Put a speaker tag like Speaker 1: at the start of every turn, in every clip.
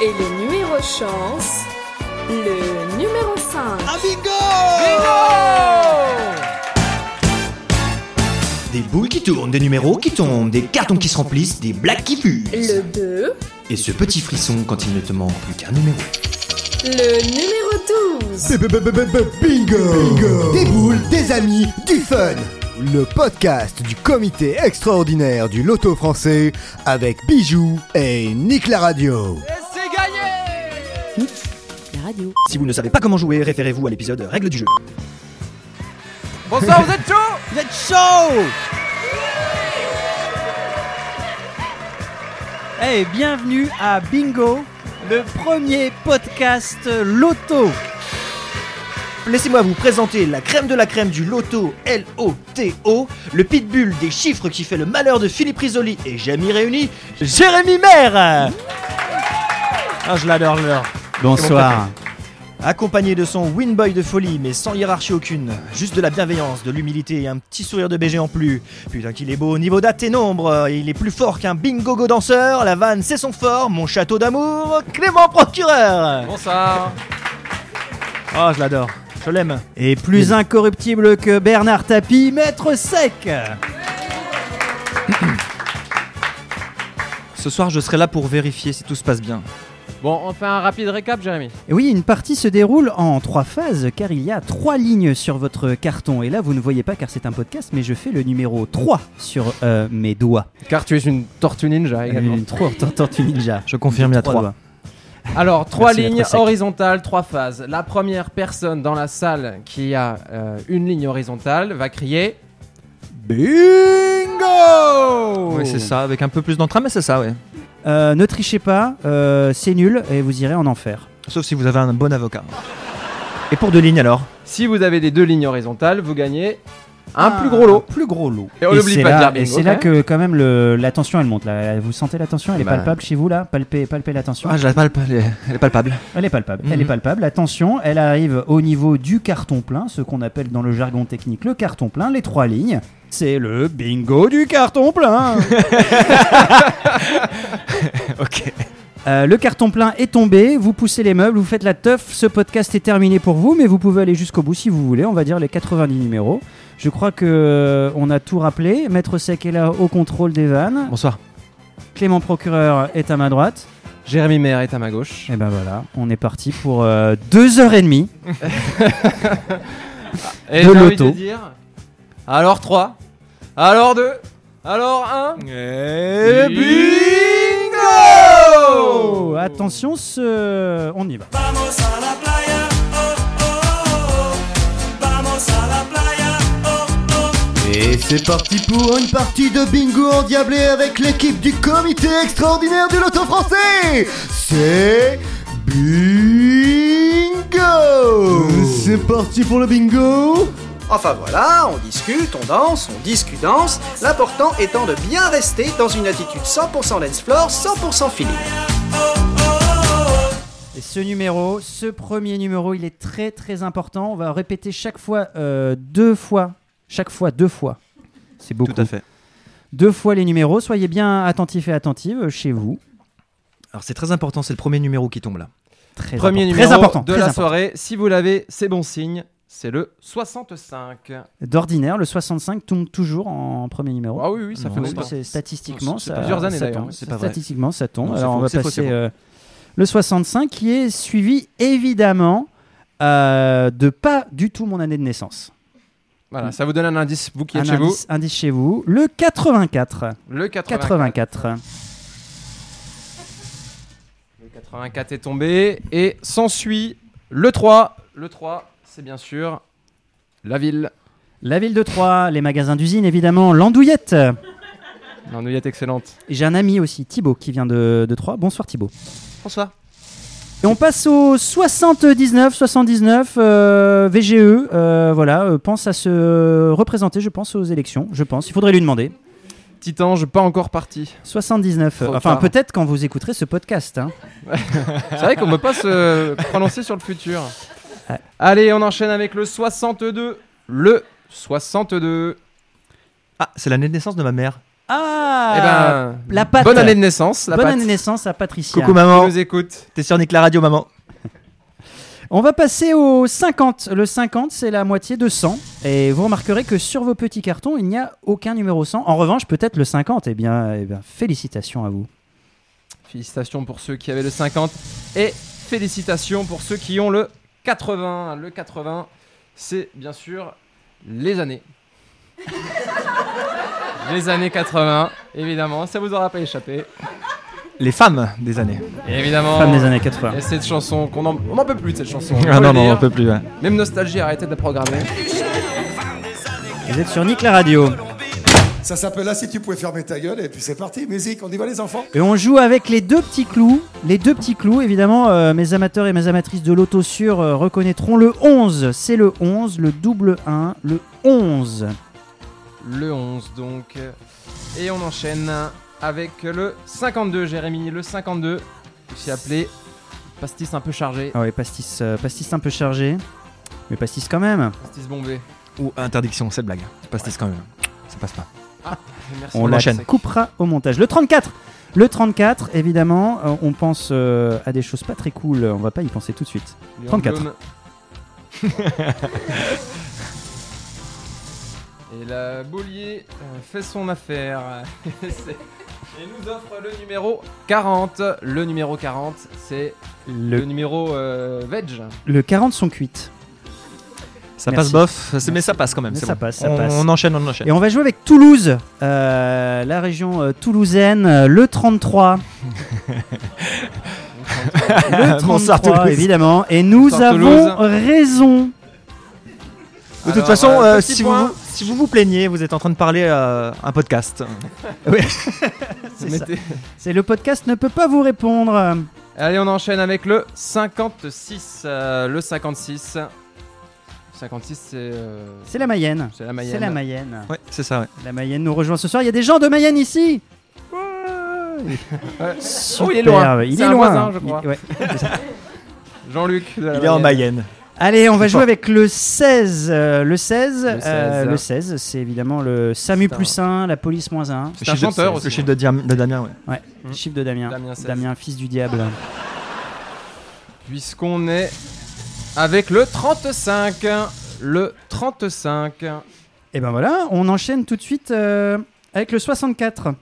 Speaker 1: Et le numéro chance, le numéro 5.
Speaker 2: Ah, bingo
Speaker 3: Des boules qui tournent, des numéros qui tombent, des cartons qui se remplissent, des blagues qui fusent.
Speaker 1: Le 2,
Speaker 3: Et ce petit frisson quand il ne te manque plus qu'un numéro.
Speaker 1: le numéro 12.
Speaker 4: Bingo Des boules, des amis, du fun Le podcast du comité extraordinaire du loto français avec Bijou et Nick la radio.
Speaker 5: La radio.
Speaker 3: Si vous ne savez pas comment jouer, référez-vous à l'épisode Règles du jeu.
Speaker 6: Bonsoir, vous êtes chaud
Speaker 2: Vous êtes chaud Hey, bienvenue à Bingo, le premier podcast loto.
Speaker 3: Laissez-moi vous présenter la crème de la crème du loto L-O-T-O, le pitbull des chiffres qui fait le malheur de Philippe Risoli et Jamie Réuni,
Speaker 2: Jérémy Maire Ah, je l'adore, je l'adore.
Speaker 3: Bonsoir. accompagné de son winboy de folie mais sans hiérarchie aucune, juste de la bienveillance, de l'humilité et un petit sourire de BG en plus. Putain qu'il est beau, au niveau date et nombre, il est plus fort qu'un bingo danseur, la vanne c'est son fort, mon château d'amour, Clément Procureur
Speaker 6: Bonsoir.
Speaker 3: Oh, je l'adore, je l'aime.
Speaker 2: Et plus incorruptible que Bernard Tapie, maître sec
Speaker 7: Ce soir, je serai là pour vérifier si tout se passe bien.
Speaker 8: Bon, on fait un rapide récap, Jérémy.
Speaker 2: Et oui, une partie se déroule en trois phases car il y a trois lignes sur votre carton. Et là, vous ne voyez pas car c'est un podcast, mais je fais le numéro 3 sur euh, mes doigts. Euh,
Speaker 8: Car tu es une tortue ninja également.
Speaker 2: Une 3 tortue ninja.
Speaker 7: Je confirme, il y a
Speaker 2: Trois
Speaker 7: trois.
Speaker 2: doigts.
Speaker 8: Alors, trois
Speaker 2: Merci,
Speaker 8: lignes
Speaker 2: maître Sec.
Speaker 8: horizontales, trois phases. La première personne dans la salle qui a euh, une ligne horizontale va crier Bingo
Speaker 7: Oui, c'est ça, avec un peu plus d'entrain, mais c'est ça, ouais.
Speaker 2: Euh, ne trichez pas, euh, c'est nul et vous irez en enfer.
Speaker 7: Sauf si vous avez un bon avocat. Et pour deux lignes alors
Speaker 8: Si vous avez des deux lignes horizontales, vous gagnez un
Speaker 2: Ah,
Speaker 8: plus gros lot.
Speaker 2: Plus gros lot.
Speaker 8: Et on
Speaker 2: Et
Speaker 8: n'oublie
Speaker 2: c'est
Speaker 8: pas de
Speaker 2: là-
Speaker 8: dire bingo,
Speaker 2: Et c'est
Speaker 8: quand
Speaker 2: là
Speaker 8: même.
Speaker 2: que quand même le- la tension elle monte. Là. Vous sentez la tension Elle est
Speaker 8: Bah.
Speaker 2: palpable chez vous là Palpez, palpez la tension.
Speaker 7: Ah, je la palpe, elle est, elle est palpable.
Speaker 2: Elle est palpable. Elle
Speaker 7: Mhm.
Speaker 2: est palpable. La tension, elle arrive au niveau du carton plein, ce qu'on appelle dans le jargon technique le carton plein, les trois lignes. C'est le bingo du carton plein.
Speaker 7: Ok.
Speaker 2: Euh, le carton plein est tombé. Vous poussez les meubles, vous faites la teuf. Ce podcast est terminé pour vous, mais vous pouvez aller jusqu'au bout si vous voulez. On va dire les 90 numéros. Je crois que euh, on a tout rappelé. Maître Sec est là au contrôle des vannes.
Speaker 7: Bonsoir.
Speaker 2: Clément Procureur est à ma droite.
Speaker 8: Jérémy Maire est à ma gauche.
Speaker 2: Et ben voilà, on est parti pour euh, deux heures et demie. De
Speaker 8: Et j'ai envie de
Speaker 2: l'auto.
Speaker 8: dire Alors 3, alors 2, alors 1. Eh
Speaker 7: Et
Speaker 8: ben, bingo
Speaker 2: Oh, attention, ce... on y va.
Speaker 4: Et c'est parti pour une partie de bingo endiablé avec l'équipe du comité extraordinaire du loto français C'est bingo C'est parti pour le bingo
Speaker 9: Enfin voilà, on discute, on danse, on discute, danse, l'important étant de bien rester dans une attitude 100% lens floor, 100% feeling.
Speaker 2: Et ce numéro, ce premier numéro, il est très très important. On va répéter chaque fois euh, deux fois. Chaque fois deux fois. C'est beaucoup.
Speaker 7: Tout à fait.
Speaker 2: Deux fois les numéros. Soyez bien attentifs et attentives euh, chez vous.
Speaker 7: Alors c'est très important, c'est le premier numéro qui tombe là.
Speaker 2: Très
Speaker 8: Premier
Speaker 2: important.
Speaker 8: numéro
Speaker 2: Très important,
Speaker 8: de
Speaker 2: très
Speaker 8: la
Speaker 2: important.
Speaker 8: soirée. Si vous l'avez, c'est bon signe. C'est le 65.
Speaker 2: D'ordinaire, le 65 tombe toujours en premier numéro.
Speaker 8: Ah oui, oui, ça
Speaker 7: Non,
Speaker 8: fait
Speaker 2: Oui,
Speaker 8: longtemps.
Speaker 2: c'est statistiquement,
Speaker 7: Non, c'est
Speaker 2: ça,
Speaker 8: plusieurs années
Speaker 2: ça
Speaker 8: d'ailleurs,
Speaker 2: tombe.
Speaker 7: c'est pas vrai.
Speaker 2: Statistiquement, ça tombe.
Speaker 7: Non, c'est
Speaker 2: Alors
Speaker 7: faux,
Speaker 2: on va
Speaker 7: c'est faux,
Speaker 2: passer
Speaker 7: c'est faux.
Speaker 2: euh, le 65 qui est suivi évidemment euh, de pas du tout mon année de naissance.
Speaker 8: Voilà, ça vous donne un indice, vous qui êtes
Speaker 2: Un
Speaker 8: chez
Speaker 2: indice, indice chez vous. Le 84.
Speaker 8: vous. Le 84.
Speaker 2: 84.
Speaker 8: Le 84 est tombé. Et s'ensuit le 3. Le 3, c'est bien sûr la ville.
Speaker 2: La ville de Troyes, les magasins d'usine évidemment, l'andouillette.
Speaker 8: L'andouillette excellente.
Speaker 3: Et J'ai un ami aussi, Thibaut, qui vient de, de Troyes. Bonsoir Thibaut.
Speaker 10: Bonsoir.
Speaker 3: Et on passe au 79, 79 euh, VGE. euh, voilà, euh, pense à se représenter, je pense, aux élections. Je pense. Il faudrait lui demander.
Speaker 8: Titange, pas encore parti.
Speaker 3: 79. euh,
Speaker 8: Trop
Speaker 3: enfin,
Speaker 8: tard.
Speaker 3: peut-être quand vous écouterez ce podcast. hein.
Speaker 8: C'est vrai qu'on ne peut pas se prononcer sur le futur. Allez, on enchaîne avec le 62. Le Eh 62.
Speaker 2: Ah, c'est l'année de naissance de ma mère.
Speaker 8: eh
Speaker 3: Ah
Speaker 8: ben,
Speaker 3: la patte.
Speaker 8: bonne année de naissance. La
Speaker 3: Bonne
Speaker 8: patte.
Speaker 3: année de naissance à Patricia.
Speaker 2: Coucou
Speaker 8: Qui
Speaker 2: maman,
Speaker 8: nous écoute.
Speaker 2: t'es sur Nick la radio maman.
Speaker 3: On va passer au 50. Le 50, c'est la moitié de 100. Et vous remarquerez que sur vos petits cartons, il n'y a aucun numéro 100. En revanche, peut-être le 50. Eh bien, eh bien félicitations à vous.
Speaker 8: Félicitations pour ceux qui avaient le 50 et félicitations pour ceux qui ont le 80. Le 80, c'est bien sûr les années. les années 80, évidemment, ça vous aura pas échappé.
Speaker 2: Les femmes des années.
Speaker 8: Et évidemment.
Speaker 3: Femme des années 80.
Speaker 8: Il y a cette chanson qu'on en... on en peut plus de cette chanson.
Speaker 2: Ah
Speaker 8: Faut
Speaker 2: non,
Speaker 8: le
Speaker 2: non, on
Speaker 8: dire.
Speaker 2: peut plus. ouais.
Speaker 8: Même Nostalgie a arrêté de la programmer.
Speaker 3: Vous êtes sur Nick la radio.
Speaker 11: Ça s'appelle Là, si tu pouvais fermer ta gueule, et puis c'est parti, musique, on y va les enfants.
Speaker 3: Et on joue avec les deux petits clous. Les deux petits clous, évidemment, euh, mes amateurs et mes amatrices de l'auto sur euh, reconnaîtront le 11. C'est le 11, le double 1, le 11.
Speaker 8: Le 11 donc. Et on enchaîne avec le 52, Jérémy. Le 52, aussi appelé pastis un peu chargé.
Speaker 3: Ah ouais, pastis, euh, pastis un peu chargé. Mais pastis quand même.
Speaker 8: Pastis bombé.
Speaker 2: Ou interdiction, c'est blague. C'est pas quand même. Ça passe pas.
Speaker 8: Ah, Merci
Speaker 2: On
Speaker 8: pour
Speaker 2: l'enchaîne.
Speaker 8: la sec.
Speaker 3: coupera au montage. Le 34 Le 34, évidemment, euh, on pense euh, à des choses pas très cool, on va pas y penser tout de suite.
Speaker 8: Léon
Speaker 3: 34.
Speaker 8: Blum. Et la Bollier euh, fait son affaire. C'est- Et nous offre le numéro 40. Le numéro 40, c'est le,
Speaker 3: Le,
Speaker 8: numéro euh, veg.
Speaker 3: le 40 sont cuites.
Speaker 2: Ça
Speaker 3: Merci.
Speaker 2: passe bof, c'est- mais ça passe quand même.
Speaker 3: Mais
Speaker 2: c'est
Speaker 3: ça
Speaker 2: bon.
Speaker 3: passe, ça
Speaker 2: on,
Speaker 3: passe.
Speaker 2: on enchaîne, on enchaîne.
Speaker 3: Et on va jouer avec Toulouse, euh, la région euh, toulousaine, euh, le 33. le
Speaker 2: Ah,
Speaker 3: 33,
Speaker 2: Bonsoir, Toulouse.
Speaker 3: évidemment. Et nous
Speaker 8: Bonsoir,
Speaker 3: avons
Speaker 8: Toulouse.
Speaker 3: raison.
Speaker 2: De toute
Speaker 8: Alors,
Speaker 2: façon,
Speaker 8: euh,
Speaker 2: euh,
Speaker 8: petit
Speaker 2: si,
Speaker 8: point.
Speaker 2: vous, si vous vous plaignez, vous êtes en train de parler à un podcast.
Speaker 3: C'est ça.
Speaker 8: Mettez-
Speaker 3: C'est le podcast ne peut pas vous répondre.
Speaker 8: Allez, on enchaîne avec le 56. euh, le 56. 56, c'est. euh,
Speaker 3: C'est la Mayenne.
Speaker 8: C'est la Mayenne.
Speaker 3: C'est la Mayenne.
Speaker 2: Ouais, c'est ça, ouais.
Speaker 3: La Mayenne nous rejoint ce soir. Il y a des gens de Mayenne ici.
Speaker 8: Oh, il est loin.
Speaker 3: Superbe. Il
Speaker 8: C'est
Speaker 3: est
Speaker 8: un
Speaker 3: loin.
Speaker 8: voisin, je crois.
Speaker 3: Il- ouais.
Speaker 8: Jean-Luc. de la
Speaker 2: Il est
Speaker 3: Euh,
Speaker 2: en Mayenne.
Speaker 3: Allez, on va jouer avec le 16. euh, le 16,
Speaker 8: Le 16.
Speaker 3: euh, le 16, c'est évidemment le SAMU
Speaker 8: C'est un-
Speaker 3: plus 1, la police moins 1.
Speaker 8: C'est
Speaker 2: chiffre
Speaker 8: un
Speaker 2: de-
Speaker 8: chanteur
Speaker 2: Le
Speaker 8: aussi. hein,
Speaker 2: chiffre de, Diam- de Damien, ouais.
Speaker 3: Le Chiffre de Damien.
Speaker 8: Damien 16.
Speaker 3: fils du diable.
Speaker 8: Puisqu'on est avec le 35. Le 35.
Speaker 3: Et ben voilà, on enchaîne tout de suite euh, avec le 64.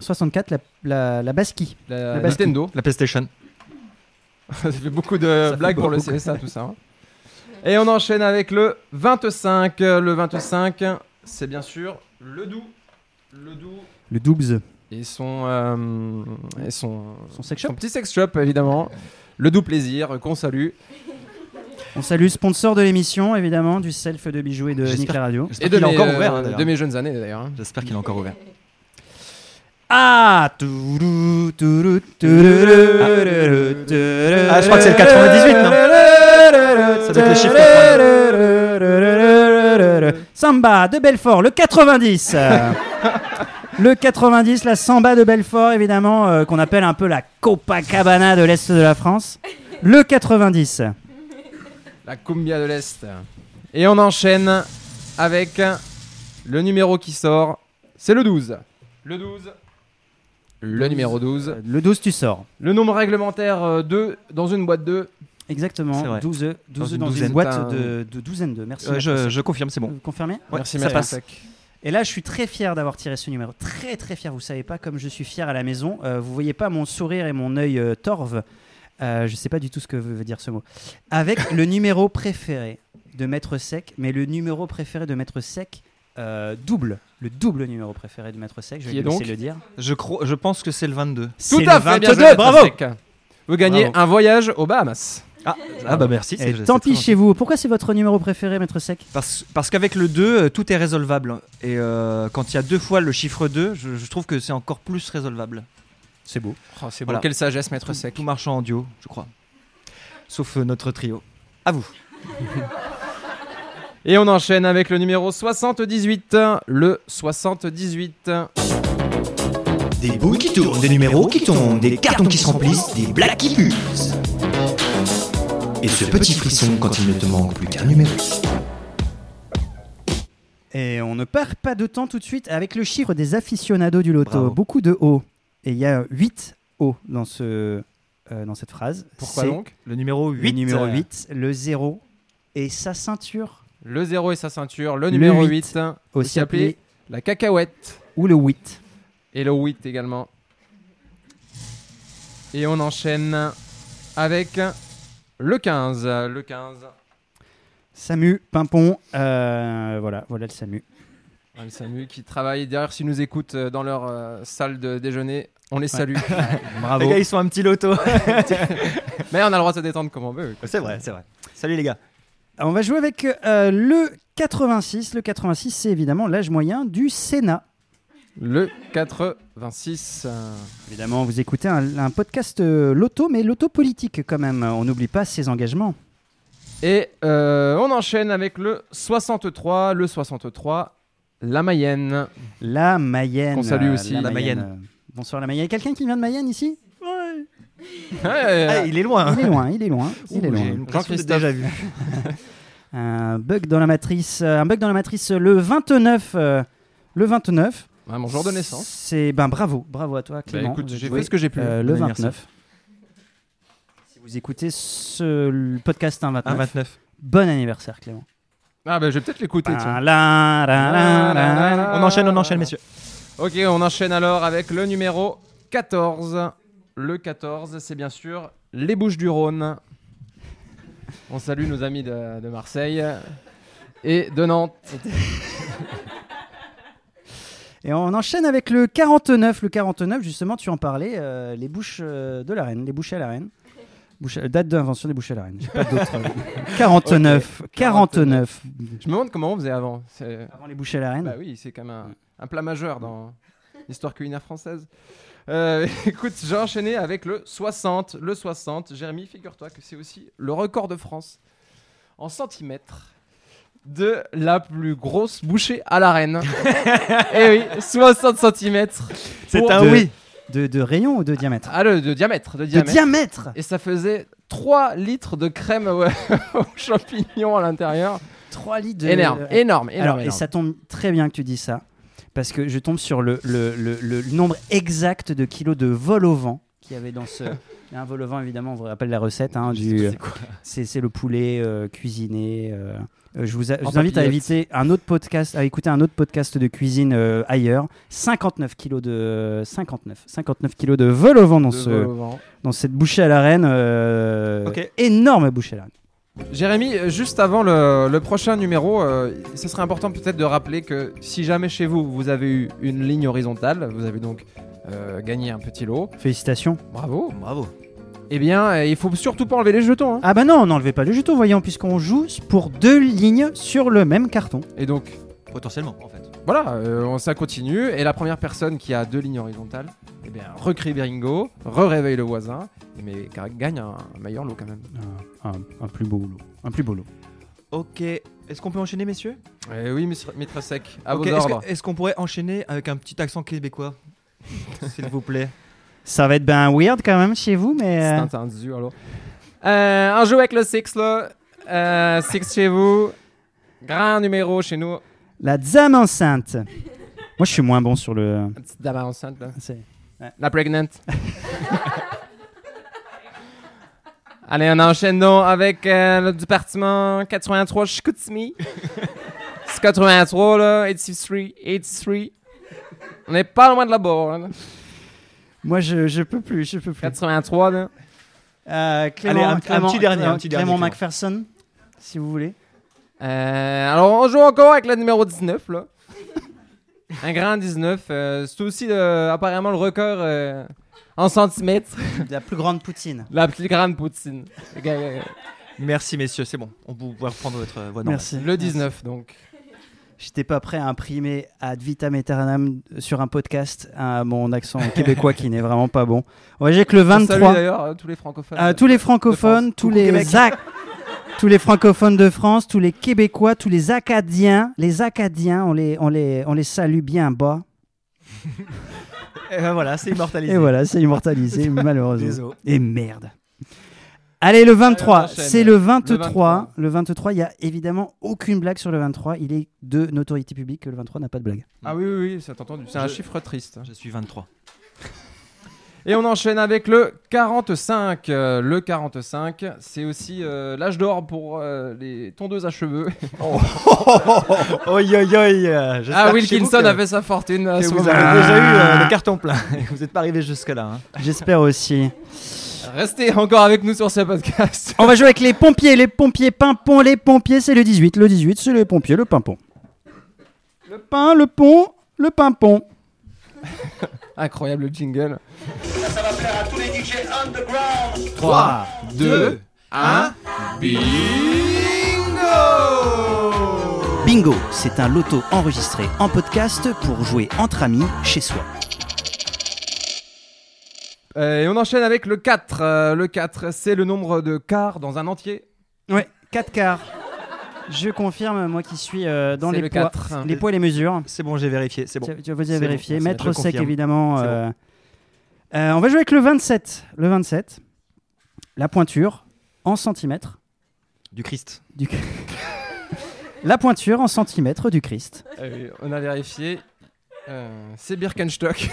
Speaker 3: 64, la, la, la basquille.
Speaker 8: La,
Speaker 3: La basket.
Speaker 8: Nintendo.
Speaker 2: La PlayStation.
Speaker 8: Ça fait beaucoup de
Speaker 2: fait
Speaker 8: blagues pour le
Speaker 2: beaucoup.
Speaker 8: CSA, tout ça. hein. Et on enchaîne avec le 25. Le 25, c'est bien sûr le doux. Le doux.
Speaker 3: Le doubs.
Speaker 8: Et son, euh, et son,
Speaker 3: Son sex
Speaker 8: son
Speaker 3: shop.
Speaker 8: petit sex shop, évidemment. Le doux plaisir qu'on salue.
Speaker 3: On salue sponsor de l'émission, évidemment, du self de bijoux et de
Speaker 2: J'espère-
Speaker 3: Nick la Radio.
Speaker 2: J'espère
Speaker 8: Et de
Speaker 2: qu'il est
Speaker 8: mes,
Speaker 2: encore ouvert.
Speaker 8: euh,
Speaker 2: hein,
Speaker 8: de
Speaker 2: d'ailleurs.
Speaker 8: mes jeunes années, d'ailleurs. hein.
Speaker 2: J'espère qu'il est encore ouvert.
Speaker 3: Ah tourou, tourou, tourou, tourou, tourou.
Speaker 2: Ah, je crois que c'est le 98,
Speaker 3: non
Speaker 2: Ça doit être le chiffre
Speaker 3: Samba de Belfort, le 90 euh, Le 90, la Samba de Belfort, évidemment, euh, qu'on appelle un peu la Copacabana de l'Est de la France. Le 90.
Speaker 8: La cumbia de l'Est. Et on enchaîne avec le numéro qui sort. C'est le 12. Le 12. Le numéro 12.
Speaker 3: Le 12, tu sors.
Speaker 8: Le nombre réglementaire euh, 2 dans une boîte 2.
Speaker 2: C'est
Speaker 3: Exactement,
Speaker 2: vrai.
Speaker 3: 12 œufs, 12
Speaker 2: une
Speaker 3: dans une
Speaker 2: douzaine.
Speaker 3: boîte de, de douzaine de. Merci.
Speaker 2: Euh,
Speaker 3: Mathieu.
Speaker 2: je, je confirme, c'est bon.
Speaker 3: Vous confirmez
Speaker 2: Ouais,
Speaker 8: Merci,
Speaker 2: ça
Speaker 8: Marie
Speaker 2: passe.
Speaker 8: Sec.
Speaker 3: Et là, je suis très fier d'avoir tiré ce numéro. Très, très fier. Vous savez pas comme je suis fier à la maison. Euh, vous voyez pas mon sourire et mon œil euh, torve. Euh, je sais pas du tout ce que veut veut dire ce mot. Avec le numéro préféré de Maître Sec, mais le numéro préféré de Maître Sec euh, double. Le double numéro préféré de Maître Sec, je vais
Speaker 8: Qui
Speaker 3: lui
Speaker 8: est
Speaker 3: laisser
Speaker 8: donc
Speaker 3: le dire.
Speaker 2: Je, crois, je pense que c'est le 22.
Speaker 3: C'est
Speaker 8: Tout
Speaker 3: le
Speaker 8: à fait. bien joué,
Speaker 3: 22, bravo
Speaker 8: Patrick. Vous gagnez
Speaker 2: Bravo.
Speaker 8: un voyage aux Bahamas.
Speaker 2: Ah, ah bah merci.
Speaker 3: Et
Speaker 2: c'est- c'est
Speaker 3: Eh, tant
Speaker 2: très
Speaker 3: pis chez vous. Pourquoi c'est votre numéro préféré, Maître Sec
Speaker 2: Parce, parce qu'avec le 2, euh, tout est résolvable. Et euh, quand il y a deux fois le chiffre 2, je, je trouve que c'est encore plus résolvable. C'est beau.
Speaker 8: Oh, c'est beau. Quelle sagesse, maître sec.
Speaker 2: Tout marche en duo, je crois. Sauf euh, notre trio. À vous.
Speaker 8: Et on enchaîne avec le numéro 78. Le 78.
Speaker 2: Des bouts qui tournent, des numéros qui tombent, des cartons qui se remplissent, des blagues qui puent.
Speaker 12: Et ce petit frisson quand il ne te manque plus qu'un numéro.
Speaker 3: Et on ne perd pas de temps tout de suite avec le chiffre des aficionados du loto. Beaucoup de O. Et il y a 8 O dans, ce, euh, dans cette phrase.
Speaker 8: Pourquoi
Speaker 3: C'est
Speaker 8: donc euh,
Speaker 2: Le numéro
Speaker 3: Le numéro 8, le 0 et sa ceinture.
Speaker 8: Le 0 et sa ceinture. Le
Speaker 3: Le
Speaker 8: numéro
Speaker 3: huit,
Speaker 8: 8.
Speaker 3: aussi appelé
Speaker 8: la cacahuète.
Speaker 3: Ou le 8.
Speaker 8: Et le 8 également. Et on enchaîne avec le 15. Le 15.
Speaker 3: Samu, Pimpon, euh, voilà, voilà le Samu.
Speaker 8: Ouais, Ah, le Samu qui travaille derrière, s'ils nous écoutent euh, dans leur euh, salle de déjeuner, on les
Speaker 3: Ouais.
Speaker 8: salue.
Speaker 2: Les gars, ils sont un petit loto.
Speaker 8: Mais on a le droit de se détendre comme on veut.
Speaker 2: c'est vrai, c'est vrai. Salut les gars.
Speaker 3: Alors, on va jouer avec euh, le 86. Le 86, c'est évidemment l'âge moyen du Sénat.
Speaker 8: Le 86. euh,
Speaker 3: Évidemment, vous écoutez un, un podcast euh, loto, mais loto politique quand même. On n'oublie pas ses engagements.
Speaker 8: Et euh, on enchaîne avec le 63. Le 63, la Mayenne.
Speaker 3: La Mayenne.
Speaker 8: Qu'on salue aussi.
Speaker 3: La,
Speaker 8: La
Speaker 3: Mayenne.
Speaker 8: Mayenne.
Speaker 3: euh, Bonsoir la Mayenne. Y a quelqu'un qui vient de Mayenne ici
Speaker 2: Ah, il est loin.
Speaker 3: Il est loin, il est loin. il est
Speaker 2: Ouh,
Speaker 3: loin.
Speaker 2: j'ai une impression de
Speaker 8: Jean-Christophe.
Speaker 2: déjà vu.
Speaker 3: Un bug dans la matrice. euh, Un bug dans la matrice. euh, Le 29. euh, le 29.
Speaker 8: Ouais, mon jour de naissance. Bah,
Speaker 3: C'est ben bravo, bravo à toi Clément.
Speaker 8: écoute,
Speaker 3: Vous êtes
Speaker 8: j'ai fait
Speaker 3: doué.
Speaker 8: ce que j'ai pu.
Speaker 3: Euh, le
Speaker 2: Bon
Speaker 3: 29. Si vous écoutez ce le podcast un 29,
Speaker 2: Un 29.
Speaker 3: bon anniversaire Clément.
Speaker 8: Ah bah je vais peut-être l'écouter. tiens.
Speaker 3: Ben, la, la, la, la, la.
Speaker 2: On enchaîne, on enchaîne, messieurs.
Speaker 8: Ok, on enchaîne alors avec le numéro 14. Le 14, c'est bien sûr les Bouches du Rhône. On salue nos amis de, de Marseille et de Nantes.
Speaker 3: Et on enchaîne avec le 49. Le 49, justement, tu en parlais, euh, les bouches euh, de la reine, les bouchées à la reine. Bouche- euh, date d'invention des bouchées à la reine. J'ai pas d'autres. euh, 49, 49.
Speaker 8: Je me demande comment on faisait avant. C'est-
Speaker 3: Avant les bouchées à la reine.
Speaker 8: Bah oui, c'est quand même un, un plat majeur dans l'histoire culinaire française. Euh, écoute, j'ai enchaîné avec le 60. Le 60, Jérémy, figure-toi que c'est aussi le record de France en centimètres de la plus grosse bouchée à la reine. Eh oui, 60 centimètres.
Speaker 2: C'est
Speaker 8: Pour-
Speaker 2: un
Speaker 3: de-
Speaker 2: oui.
Speaker 3: De, de rayon ou de diamètre
Speaker 8: Ah, le, de diamètre, de
Speaker 3: De
Speaker 8: diamètre.
Speaker 3: diamètre
Speaker 8: Et ça faisait 3 litres de crème ouais, aux champignons à l'intérieur.
Speaker 3: 3 litres de...
Speaker 8: Énorme,
Speaker 3: Euh,
Speaker 8: énorme, énorme.
Speaker 3: Alors, et
Speaker 8: énorme.
Speaker 3: ça tombe très bien que tu dis ça, parce que je tombe sur le, le- le- le nombre exact de kilos de vol au vent qu'il y avait dans ce. Il y a Un vol au vent, évidemment, on vous rappelle la recette. hein, du, c'est, c'est le poulet euh, cuisiné. euh. Euh, je vous, a- je
Speaker 8: En
Speaker 3: vous invite à
Speaker 8: papillote.
Speaker 3: éviter un autre podcast, à écouter un autre podcast de cuisine euh, ailleurs. 59 kilos de 59, 59 kilos de vol au vent dans,
Speaker 8: De
Speaker 3: ce,
Speaker 8: vol au vent.
Speaker 3: dans cette bouchée à la reine. euh,
Speaker 2: Ok.
Speaker 3: Énorme bouchée à la reine.
Speaker 8: Jérémy, euh, juste avant le, le prochain numéro, euh, ce serait important peut-être de rappeler que si jamais chez vous vous avez eu une ligne horizontale, vous avez donc euh, gagné un petit lot,
Speaker 3: Félicitations.
Speaker 8: bravo,
Speaker 2: Bravo.
Speaker 8: eh bien euh, il faut surtout pas enlever les jetons. hein.
Speaker 3: Ah bah non, n'enlevez pas le jeton, voyons, puisqu'on joue pour deux lignes sur le même carton.
Speaker 8: Et donc
Speaker 2: Potentiellement, en fait.
Speaker 8: voilà, euh, on- ça continue, et la première personne qui a deux lignes horizontales, eh bien recrée Beringo, re-réveille le voisin, mais gagne un, un meilleur lot quand même.
Speaker 3: Ah, Un, plus beau lot. Un plus beau lot.
Speaker 2: Ok. Est-ce qu'on peut enchaîner, messieurs
Speaker 8: Eh oui, maître- maître sec, à
Speaker 2: Ok,
Speaker 8: vos
Speaker 2: Est-ce
Speaker 8: ordres.
Speaker 2: que- est-ce qu'on pourrait enchaîner avec un petit accent québécois S'il vous plaît.
Speaker 3: Ça va être ben weird quand même chez vous, mais...
Speaker 8: C'est
Speaker 3: euh,
Speaker 8: entendu, alors. Euh, on joue avec le Six, là. Euh, six chez vous. Grand numéro chez nous.
Speaker 3: La dame enceinte. Moi, je suis moins bon sur le...
Speaker 8: La petite dame enceinte, là.
Speaker 3: c'est-
Speaker 8: La pregnant. Allez, on enchaîne donc avec euh, le département 83 Chicoutimi. C'est 83, là. 83, 83. On n'est pas loin de la bord, là.
Speaker 3: Moi, je, je peux plus, je peux plus.
Speaker 8: 83, là.
Speaker 3: Euh, Clément,
Speaker 2: Allez, un- un
Speaker 3: Clément-
Speaker 2: petit dernier, un
Speaker 3: euh,
Speaker 2: petit dernier,
Speaker 3: Clément
Speaker 2: Clément.
Speaker 3: McPherson, si vous voulez.
Speaker 8: Euh, alors, on joue encore avec le numéro 19, là. Un grand 19. euh, c'est aussi euh, apparemment le record euh, en centimètres.
Speaker 3: La plus grande poutine.
Speaker 8: La plus grande poutine. Ok, euh,
Speaker 2: Merci messieurs, c'est bon. On vous va reprendre votre euh, voix normale.
Speaker 3: Merci.
Speaker 8: Le 19, donc.
Speaker 3: J'étais pas prêt à imprimer ad vitam aeternam sur un podcast à mon accent québécois qui n'est vraiment pas bon. Ouais, j'ai que le
Speaker 8: On salue
Speaker 3: 23.
Speaker 8: d'ailleurs euh, tous les francophones.
Speaker 3: Euh, tous les francophones, tous les Zac- tous les francophones de France, tous les Québécois, tous les Acadiens, les Acadiens, on les, on les, on les salue bien bas.
Speaker 2: Et ben voilà, c'est immortalisé.
Speaker 3: Et voilà, c'est immortalisé malheureusement.
Speaker 2: Désolé.
Speaker 3: Et merde. Allez, le 23,
Speaker 8: Allez, on enchaîne.
Speaker 3: c'est le
Speaker 8: Le
Speaker 3: 23.
Speaker 8: 23.
Speaker 3: Le 23, il y a évidemment aucune blague sur le 23. Il est de notoriété publique que le 23 n'a pas de blague.
Speaker 8: Ah oui, oui, oui, c'est entendu. C'est un
Speaker 2: Je-
Speaker 8: chiffre triste.
Speaker 2: Je suis 23.
Speaker 8: Et on enchaîne avec le 45. Euh, le 45, c'est aussi euh, l'âge d'or pour euh, les tondeuses à cheveux.
Speaker 10: Oi, oi, oi. euh, j'espère
Speaker 8: Ah,
Speaker 10: que chez
Speaker 8: Wilkinson
Speaker 10: vous que-
Speaker 8: a fait sa fortune. à
Speaker 10: que
Speaker 8: ce
Speaker 10: vous
Speaker 8: moment-là.
Speaker 10: avez déjà eu
Speaker 2: Ah.
Speaker 10: euh, le carton plein. vous n'êtes pas arrivé jusque-là. hein.
Speaker 3: J'espère aussi.
Speaker 8: Restez encore avec nous sur ce podcast.
Speaker 3: On va jouer avec les pompiers, les pompiers, pimpon, les pompiers, c'est le 18. Le 18, c'est les pompiers, le pimpon. Le pain, le pont, le pimpon.
Speaker 8: Incroyable jingle.
Speaker 2: 3,
Speaker 8: 2,
Speaker 2: 1.
Speaker 3: Bingo, c'est un loto enregistré en podcast pour jouer entre amis chez soi.
Speaker 8: Euh, et on enchaîne avec le 4. Euh, le 4, c'est le nombre de quarts dans un entier.
Speaker 3: Ouais, 4 quarts. Je confirme, moi qui suis euh, dans
Speaker 8: C'est
Speaker 3: les
Speaker 8: le
Speaker 3: poids,
Speaker 8: 4.
Speaker 3: les poids et les mesures.
Speaker 2: C'est bon, j'ai vérifié, c'est bon.
Speaker 3: Tu, tu vas vous
Speaker 2: C'est
Speaker 3: y
Speaker 2: bon,
Speaker 3: vérifier.
Speaker 2: merci,
Speaker 3: Maître
Speaker 2: je
Speaker 3: sec,
Speaker 2: confirme.
Speaker 3: évidemment.
Speaker 2: C'est bon.
Speaker 3: euh, euh, on va jouer avec le 27. Le 27, la pointure en centimètres.
Speaker 2: Du Christ.
Speaker 3: Du... la pointure en centimètres du Christ.
Speaker 8: Euh, on a vérifié. Euh, c'est Birkenstock.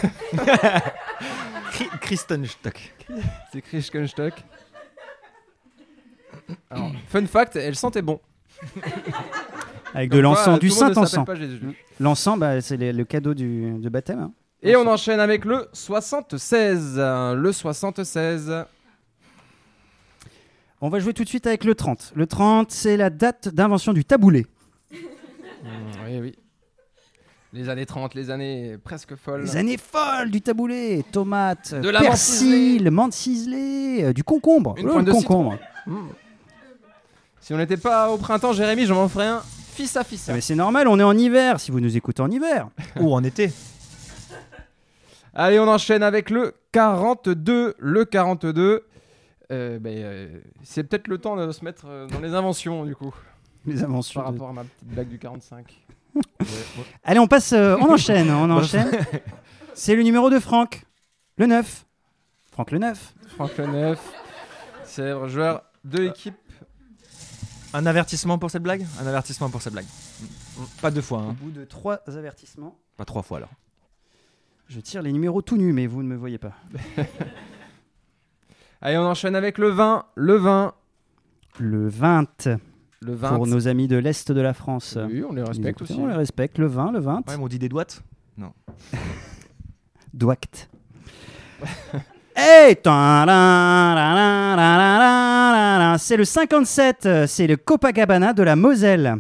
Speaker 2: Christen Christenstock.
Speaker 8: c'est Birkenstock. Alors, fun fact, elle sentait bon.
Speaker 3: Avec
Speaker 8: Comme
Speaker 3: de
Speaker 8: quoi, euh,
Speaker 3: l'encens,
Speaker 8: tout
Speaker 3: du
Speaker 8: le monde
Speaker 3: saint
Speaker 8: ne
Speaker 3: encens.
Speaker 8: s'appelle pas Jésus.
Speaker 3: L'encens, bah, c'est les- le cadeau du, de baptême. hein.
Speaker 8: Et on enchaîne avec le 76. Euh, Le 76.
Speaker 3: On va jouer tout de suite avec le 30. Le 30, c'est la date d'invention du taboulé.
Speaker 8: oui, oui. Les années 30, les années presque folles.
Speaker 3: Les années folles du taboulé. Tomates,
Speaker 8: De la menthe
Speaker 3: persil, menthe ciselée, euh, du concombre.
Speaker 8: Une
Speaker 3: Oh,
Speaker 8: pointe
Speaker 3: le
Speaker 8: de citron.
Speaker 3: concombre.
Speaker 8: Mm. Si on n'était pas au printemps, Jérémy, je m'en ferais un fils à fils.
Speaker 3: Ah, mais c'est normal, on est en hiver, si vous nous écoutez en hiver.
Speaker 10: Ou en été.
Speaker 8: Allez, on enchaîne avec le 42. Le 42. Euh, ben, euh, c'est peut-être le temps de se mettre euh, dans les inventions, du coup,
Speaker 3: Les inventions.
Speaker 8: par
Speaker 3: de-
Speaker 8: rapport à ma petite blague du 45.
Speaker 3: Allez, on passe, euh, on enchaîne, on enchaîne. C'est le numéro de Franck, le 9. Franck le 9.
Speaker 8: Franck Le Neuf, célèbre joueur de l'équipe.
Speaker 2: Un avertissement pour cette blague Un avertissement pour cette blague. Mm, mm. Pas deux fois, hein.
Speaker 3: bout de trois avertissements.
Speaker 2: Pas trois fois alors.
Speaker 3: Je tire les numéros tout nus, mais vous ne me voyez pas.
Speaker 8: Allez, on enchaîne avec le 20. Le 20.
Speaker 3: Le 20.
Speaker 8: Le 20.
Speaker 3: pour nos amis de l'Est de la France.
Speaker 8: Oui, on les
Speaker 3: Ils
Speaker 8: respecte
Speaker 3: écoutent,
Speaker 8: aussi.
Speaker 3: On les respecte, le 20, le 20.
Speaker 2: Ouais, mais on dit des doigtes.
Speaker 3: Douact. Hey Eh, tan, la, la, la, la, la, la, la, la. C'est le 57, euh, c'est le Copacabana de la Moselle.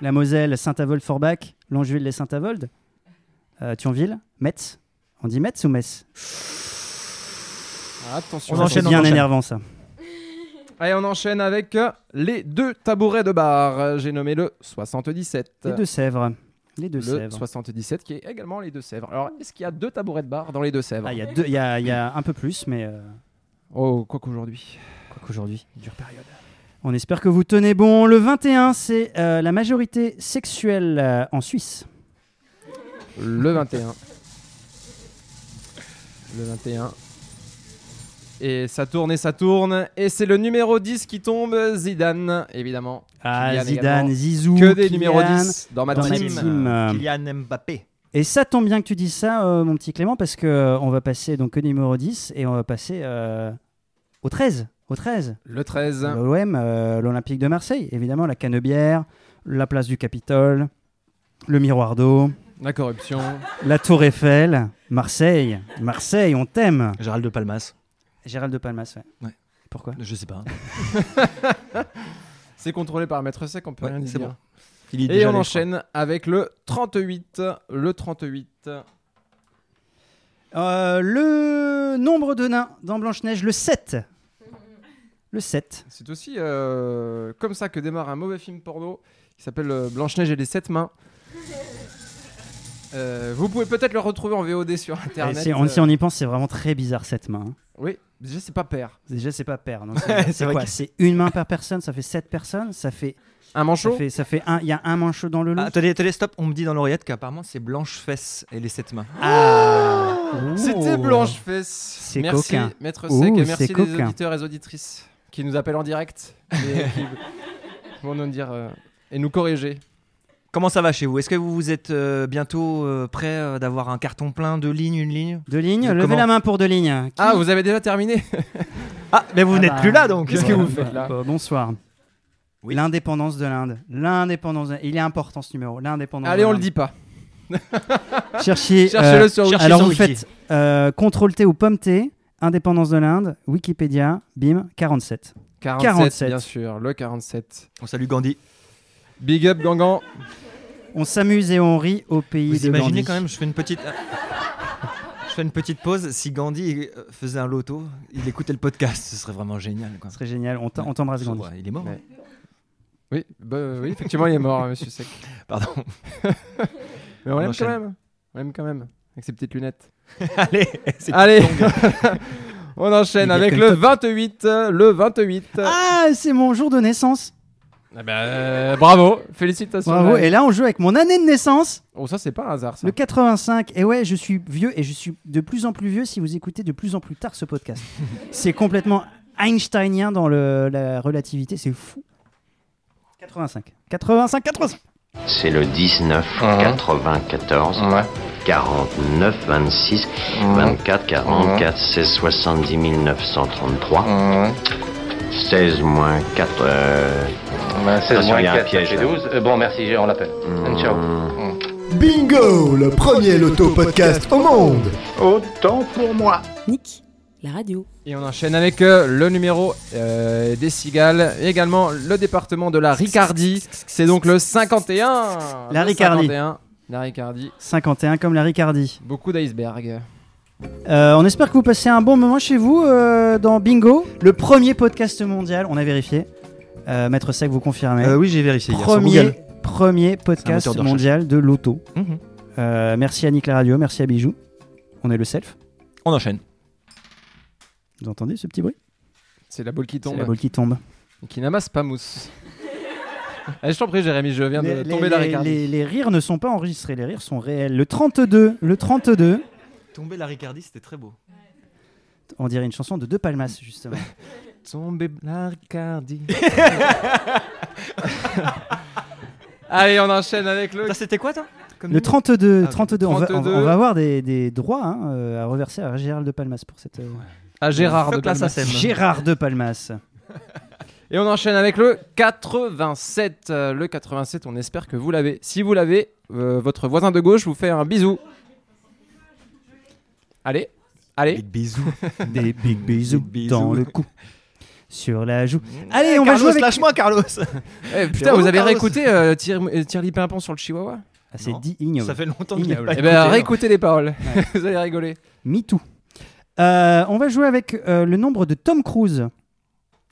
Speaker 3: La Moselle, Saint-Avold-Forbach, Longeville les Saint-Avold, euh, Thionville, Metz. On dit Metz ou Metz
Speaker 8: Attention.
Speaker 2: On enchaîne,
Speaker 3: C'est bien
Speaker 2: enchaîne.
Speaker 3: énervant ça.
Speaker 8: Allez, on enchaîne avec euh, les deux tabourets de bar. Euh, J'ai nommé le 77.
Speaker 3: Les deux Sèvres. Les deux
Speaker 8: Euh, le
Speaker 3: Sèvres.
Speaker 8: 77 qui est également les deux Sèvres. Alors, est-ce qu'il y a deux tabourets de bar dans les deux Sèvres
Speaker 3: Ah, Il y, a deux- il y a- il y a un peu plus, mais euh,
Speaker 8: Oh, quoi qu'aujourd'hui.
Speaker 3: quoi qu'aujourd'hui.
Speaker 8: Dure période.
Speaker 3: On espère que vous tenez bon. Le 21, c'est euh, la majorité sexuelle euh, en Suisse.
Speaker 8: Le 21. Le 21. Et ça tourne et ça tourne. Et c'est le numéro 10 qui tombe, Zidane, évidemment.
Speaker 3: Ah,
Speaker 8: Kylian
Speaker 3: Zidane,
Speaker 8: également.
Speaker 3: Zizou,
Speaker 8: Que des
Speaker 3: Kylian.
Speaker 8: numéros 10 dans ma
Speaker 3: dans ma
Speaker 8: team.
Speaker 3: team, euh,
Speaker 10: Kylian Mbappé.
Speaker 3: Et ça tombe bien que tu dises ça, euh, mon petit Clément, parce que euh, on va passer donc au numéro 10 et on va passer euh, au 13. Au 13.
Speaker 8: Le 13.
Speaker 3: L'OM, euh, l'Olympique de Marseille, évidemment, la Canebière, la place du Capitole, le Miroir d'eau,
Speaker 8: La corruption.
Speaker 3: la Tour Eiffel, Marseille. Marseille, on t'aime.
Speaker 2: Gérald de Palmas.
Speaker 3: Gérald de Palmas, ouais.
Speaker 2: Ouais.
Speaker 3: Pourquoi
Speaker 2: Je sais pas.
Speaker 8: C'est contrôlé par Maître Sec, on peut
Speaker 2: Ouais,
Speaker 8: rien y
Speaker 2: c'est
Speaker 8: dire.
Speaker 2: bon. Il est
Speaker 8: Et
Speaker 2: déjà
Speaker 8: on
Speaker 2: allé, je
Speaker 8: enchaîne avec le 38. Le 38.
Speaker 3: Euh, le nombre de nains dans Blanche-Neige, le 7. Le 7.
Speaker 8: C'est aussi euh, comme ça que démarre un mauvais film porno qui s'appelle euh, Blanche-Neige et les sept mains. Euh, vous pouvez peut-être le retrouver en VOD sur internet.
Speaker 3: Et si, on,
Speaker 8: euh,
Speaker 3: si on y pense, c'est vraiment très bizarre cette main. hein.
Speaker 8: Oui, déjà c'est pas pair.
Speaker 3: Déjà c'est pas pair. donc
Speaker 8: Ouais,
Speaker 3: C'est
Speaker 8: c'est
Speaker 3: c'est
Speaker 8: vrai
Speaker 3: quoi
Speaker 8: que-
Speaker 3: C'est une main par personne, ça fait 7 personnes, ça fait.
Speaker 8: Un manchot
Speaker 3: Ça fait, ça fait un, il y a un manchot dans le lot.
Speaker 2: Ah, attendez, attendez, stop. On me dit dans l'oreillette qu'apparemment c'est Blanche Fesse et les sept mains.
Speaker 3: Ouh.
Speaker 8: Ah! C'était Blanche Fesse.
Speaker 3: C'est
Speaker 8: merci,
Speaker 3: coquin.
Speaker 8: Maître
Speaker 3: Ouh,
Speaker 8: Sec, et
Speaker 3: c'est
Speaker 8: merci les
Speaker 3: coquin.
Speaker 8: auditeurs et les auditrices qui nous appellent en direct et qui vont nous dire euh, et nous corriger.
Speaker 2: Comment ça va chez vous Est-ce que vous vous êtes euh, bientôt euh, prêt euh, d'avoir un carton plein, deux lignes, une ligne
Speaker 3: Deux lignes,
Speaker 2: Comment
Speaker 3: levez la main pour deux lignes. Qui-
Speaker 8: Ah, vous avez déjà terminé
Speaker 2: Ah, mais vous
Speaker 3: Ah
Speaker 2: n'êtes
Speaker 3: bah,
Speaker 2: plus là donc.
Speaker 8: Qu'est-ce que vous faites là
Speaker 3: Bon, Bonsoir. L'indépendance de l'Inde. L'indépendance. de- Il est important ce numéro. L'indépendance.
Speaker 8: Allez,
Speaker 3: de
Speaker 8: on le
Speaker 3: l'Inde.
Speaker 8: dit pas.
Speaker 3: Cherchez.
Speaker 8: Cherchez-le sur Wiki.
Speaker 3: Alors
Speaker 2: sur
Speaker 3: vous
Speaker 2: Wiki.
Speaker 3: faites euh, contrôle T ou pomme T, indépendance de l'Inde, Wikipédia, bim, 47.
Speaker 8: 47,
Speaker 3: 47.
Speaker 8: bien sûr, le 47.
Speaker 2: On salue Gandhi.
Speaker 8: Big up Gangan.
Speaker 3: On s'amuse et on rit au pays
Speaker 2: Vous
Speaker 3: de
Speaker 2: imaginez
Speaker 3: Gandhi.
Speaker 2: quand même, je fais une petite. Je fais une petite pause. Si Gandhi euh, faisait un loto, il écoutait le podcast, ce serait vraiment génial. Quoi.
Speaker 3: Ce serait génial. On t'em- on t'embrasse Gandhi.
Speaker 2: Ouais, Il est mort.
Speaker 8: Ouais. Oui, bah, oui, effectivement, il est mort, hein, monsieur Sec.
Speaker 2: hein. Pardon.
Speaker 8: Mais on, l'aime
Speaker 2: enchaîne.
Speaker 8: quand même. On l'aime quand même. Avec ses petites lunettes.
Speaker 2: Allez, c'est
Speaker 8: Allez On enchaîne
Speaker 3: Il est
Speaker 8: avec
Speaker 3: comme
Speaker 8: le 28. euh, Le 28.
Speaker 3: Ah, c'est mon jour de naissance.
Speaker 8: Ah bah, euh, bravo, félicitations.
Speaker 3: Bravo.
Speaker 8: Maël.
Speaker 3: Et là, on joue avec mon année de naissance,
Speaker 8: Oh, ça, c'est pas un hasard, ça.
Speaker 3: le 85. Et ouais, je suis vieux et je suis de plus en plus vieux si vous écoutez de plus en plus tard ce podcast. c'est complètement einsteinien dans le- la relativité. C'est fou. 85. 85, 85.
Speaker 13: C'est le 19 94 49 26 24 44 16 70 933 16 moins 4 euh...
Speaker 14: Bah,
Speaker 13: attention, il y a un piège. là.
Speaker 14: Euh, bon, merci, on l'appelle. Ciao.
Speaker 13: hmm.
Speaker 4: Bingo, le premier loto-podcast au monde
Speaker 14: Autant pour moi.
Speaker 5: Nick, la radio.
Speaker 8: Et on enchaîne avec euh, le numéro euh, des cigales. Et également le département de la Ricardie. C'est donc le 51.
Speaker 3: La
Speaker 8: Le
Speaker 3: Ricardie.
Speaker 8: 51, La Ricardie.
Speaker 3: 51 comme la Ricardie.
Speaker 8: Beaucoup d'icebergs.
Speaker 3: Euh, on espère que vous passez un bon moment chez vous euh, dans Bingo, le premier podcast mondial. On a vérifié. Euh, Maître Sec, vous confirmez.
Speaker 2: Euh, oui, j'ai vérifié. hier sur
Speaker 3: premier,
Speaker 2: Google.
Speaker 3: premier
Speaker 2: C'est un
Speaker 3: podcast
Speaker 2: moteur de recherche.
Speaker 3: mondial de l'auto.
Speaker 2: Mhm.
Speaker 3: Euh, merci à Nick la radio, merci à Bijou. On est le self.
Speaker 2: On enchaîne.
Speaker 3: Vous entendez ce petit bruit
Speaker 8: C'est la boule qui
Speaker 3: C'est
Speaker 8: tombe.
Speaker 3: la boule qui tombe.
Speaker 8: Et qui n'amasse pas mousse. Allez, je t'en prie, Jérémy, je viens
Speaker 3: Les-
Speaker 8: de
Speaker 3: les-
Speaker 8: tomber d'un
Speaker 3: les-
Speaker 8: Ricardie.
Speaker 3: les- les rires ne sont pas enregistrés, les rires sont réels. Le 32, le 32,
Speaker 2: Tomber la Ricardie, c'était très beau.
Speaker 3: on dirait une chanson de De Palmas justement.
Speaker 8: Tomber la Ricardie. Allez, on enchaîne avec le.
Speaker 2: Ça, c'était quoi, toi Comme
Speaker 3: Le
Speaker 2: nom
Speaker 3: 32,
Speaker 2: Ah,
Speaker 3: 32, on va- On, va,
Speaker 8: 32.
Speaker 3: on va avoir des, des droits hein, euh, à reverser à Gérald de Palmas pour cette. euh,
Speaker 8: À Gérard de
Speaker 2: Fuck la
Speaker 8: Palmas.
Speaker 2: SACEM.
Speaker 3: Gérard de Palmas.
Speaker 8: Et on enchaîne avec le 87. Euh, Le 87, on espère que vous l'avez. Si vous l'avez, euh, votre voisin de gauche vous fait un bisou. Allez, allez.
Speaker 2: Big bisous.
Speaker 3: Des big bisous,
Speaker 2: Big bisous.
Speaker 3: dans le cou, sur la joue. Allez, on va
Speaker 2: Carlos,
Speaker 3: jouer avec.
Speaker 2: lâche-moi, Carlos.
Speaker 8: Eh, putain,
Speaker 2: Jérôme
Speaker 8: vous avez
Speaker 2: Carlos.
Speaker 8: réécouté euh, Tire- euh, Tire-Lippé un pont sur le Chihuahua
Speaker 3: Ah, c'est
Speaker 2: Non.
Speaker 3: digne.
Speaker 2: Ça fait longtemps que je
Speaker 3: Il
Speaker 2: l'ai
Speaker 3: est-
Speaker 2: pas
Speaker 8: Eh
Speaker 2: écouté.
Speaker 8: ben, réécoutez les paroles. vous allez rigoler.
Speaker 3: Me too. Euh, on va jouer avec euh, le nombre de Tom Cruise.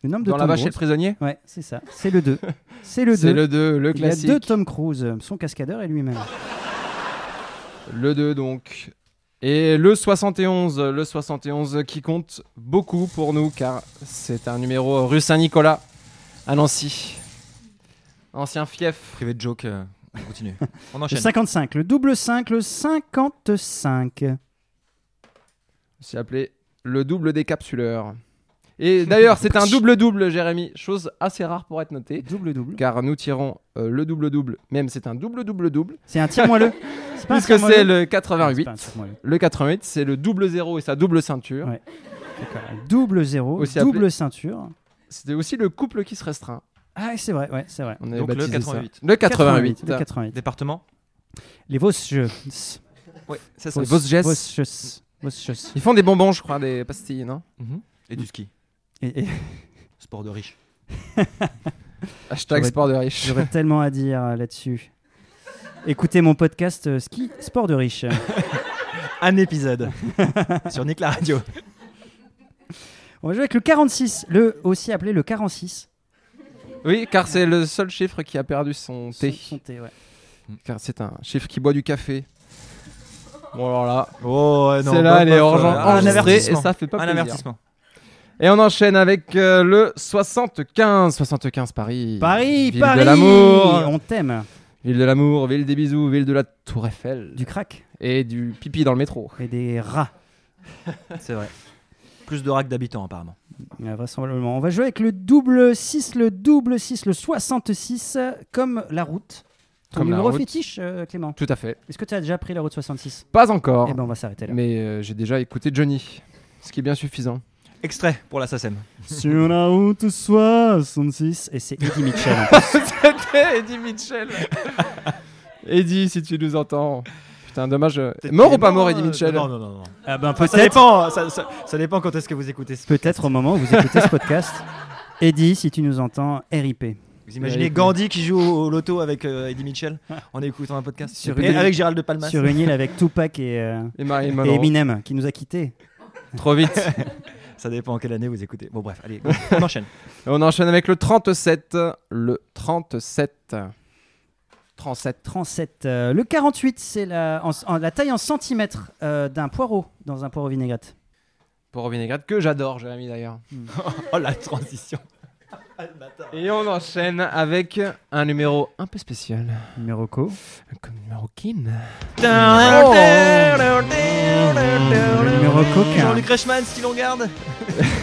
Speaker 3: Le nombre de
Speaker 8: Dans la
Speaker 3: Tom
Speaker 8: vache et le
Speaker 3: Cruise.
Speaker 8: prisonnier
Speaker 3: Ouais, c'est ça. C'est le 2. C'est le
Speaker 8: C'est
Speaker 3: 2.
Speaker 8: le 2, le
Speaker 3: Il y a deux
Speaker 8: classique. Ah,
Speaker 3: Tom Cruise, son cascadeur et lui-même.
Speaker 8: Le 2 donc. Et le 71, le 71 qui compte beaucoup pour nous car c'est un numéro rue Saint-Nicolas à Nancy. Ancien fief.
Speaker 2: Privé de joke, euh, on continue. On
Speaker 3: Le
Speaker 2: enchaîne.
Speaker 3: 55, le double 5, le 55.
Speaker 8: C'est appelé le double décapsuleur. Et d'ailleurs, c'est un double-double, Jérémy. Chose assez rare pour être notée.
Speaker 3: Double double.
Speaker 8: Car nous tirons euh, le double-double, même c'est un double-double-double.
Speaker 3: C'est un tir moelleux. C'est pas un
Speaker 8: Puisque
Speaker 3: tir moelleux.
Speaker 8: c'est le
Speaker 3: Non, c'est
Speaker 8: 88.
Speaker 3: pas un tir moelleux.
Speaker 8: Le 88, c'est le double zéro et sa double ceinture.
Speaker 3: Ouais. D'accord. Double zéro,
Speaker 8: Aussi
Speaker 3: double
Speaker 8: appelé-
Speaker 3: ceinture.
Speaker 8: C'était aussi le couple qui se restreint.
Speaker 3: Ah, c'est vrai, ouais, c'est vrai.
Speaker 8: On avait
Speaker 2: Donc le
Speaker 8: baptisé ça.
Speaker 2: 88.
Speaker 8: Le 88.
Speaker 3: Le 88.
Speaker 2: Département
Speaker 3: Les Vosges.
Speaker 2: Ouais, ça
Speaker 8: Les
Speaker 2: c'est.
Speaker 8: Vosges.
Speaker 3: Vosges. Vosges.
Speaker 8: Ils font des bonbons, je crois, des pastilles, non
Speaker 2: Et du ski.
Speaker 3: Et, et-
Speaker 2: Sport de riche.
Speaker 8: Hashtag
Speaker 3: J'aurais-
Speaker 8: sport de riche.
Speaker 3: J'aurais tellement à dire euh, là-dessus. Écoutez mon podcast euh, Ski Sport de riche.
Speaker 10: Un épisode sur Nick la radio.
Speaker 3: On va jouer avec le 46, le aussi appelé le 46.
Speaker 8: Oui, car c'est le seul chiffre qui a perdu son thé.
Speaker 3: son thé, ouais.
Speaker 8: Car c'est un chiffre qui boit du café. Bon alors là,
Speaker 10: oh,
Speaker 2: Ah non,
Speaker 8: c'est
Speaker 2: pas-
Speaker 8: là, elle est
Speaker 2: pas-
Speaker 8: orge-
Speaker 2: un
Speaker 8: enregistrée et
Speaker 2: avertissement.
Speaker 8: ça fait pas
Speaker 2: Un
Speaker 8: plaisir.
Speaker 2: avertissement.
Speaker 8: Et on enchaîne avec euh, le 75, 75 Paris.
Speaker 3: Paris,
Speaker 8: ville
Speaker 3: Paris,
Speaker 8: de l'amour.
Speaker 3: on t'aime.
Speaker 8: Ville de l'amour, ville des bisous, ville de la Tour Eiffel.
Speaker 3: Du crack.
Speaker 8: Et du pipi dans le métro.
Speaker 3: Et des rats.
Speaker 10: C'est vrai. Plus de racks d'habitants apparemment.
Speaker 3: Euh, Vraisemblablement. On va jouer avec le double 6, le double 6, le 66, euh, comme la route. Ton
Speaker 8: Comme la
Speaker 3: numéro
Speaker 8: route.
Speaker 3: fétiche, euh, Clément
Speaker 8: Tout à fait.
Speaker 3: Est-ce que tu as déjà pris la route 66
Speaker 8: Pas encore.
Speaker 3: Eh ben, on va s'arrêter là.
Speaker 8: Mais euh, j'ai déjà écouté Johnny, ce qui est bien suffisant.
Speaker 10: Extrait pour la SACEM.
Speaker 3: Sur la route 66. Et c'est Eddie Mitchell. en plus.
Speaker 8: C'était Eddie Mitchell. Eddie, si tu nous entends. Putain, dommage. euh, Mort ou pas mort, Eddie Mitchell
Speaker 10: Non, non, non. non.
Speaker 3: Ah ben,
Speaker 10: Ça
Speaker 3: peut-être.
Speaker 10: dépend, ça, ça- ça dépend quand est-ce que vous écoutez. ce-
Speaker 3: Peut-être au moment où vous écoutez ce podcast. Eddie, si tu nous entends, RIP.
Speaker 10: Vous imaginez Gandhi qui joue au, au loto avec euh, Eddie Mitchell en écoutant un podcast
Speaker 3: Sur
Speaker 10: Et
Speaker 3: une île-
Speaker 10: avec Gérald de Palmas.
Speaker 3: Sur une île avec Tupac et, euh,
Speaker 8: Et Marilyn Monroe.
Speaker 3: Eminem qui nous a quittés.
Speaker 8: Trop vite.
Speaker 10: Ça dépend en quelle année vous écoutez. Bon bref, allez, on enchaîne.
Speaker 8: Et on enchaîne avec le 37. Le 37. 37.
Speaker 3: 37. euh, le 48, c'est la, en- en- la taille en centimètres euh, d'un poireau dans un poireau vinaigrette.
Speaker 8: Pour vinaigrette, que j'adore, Jérémy d'ailleurs.
Speaker 10: oh la transition.
Speaker 8: Et on enchaîne avec un numéro un peu spécial.
Speaker 3: Numéro co.
Speaker 8: Comme numéro kin.
Speaker 3: Le numéro coquin.
Speaker 10: Jean-Luc Reichmann, si l'on garde.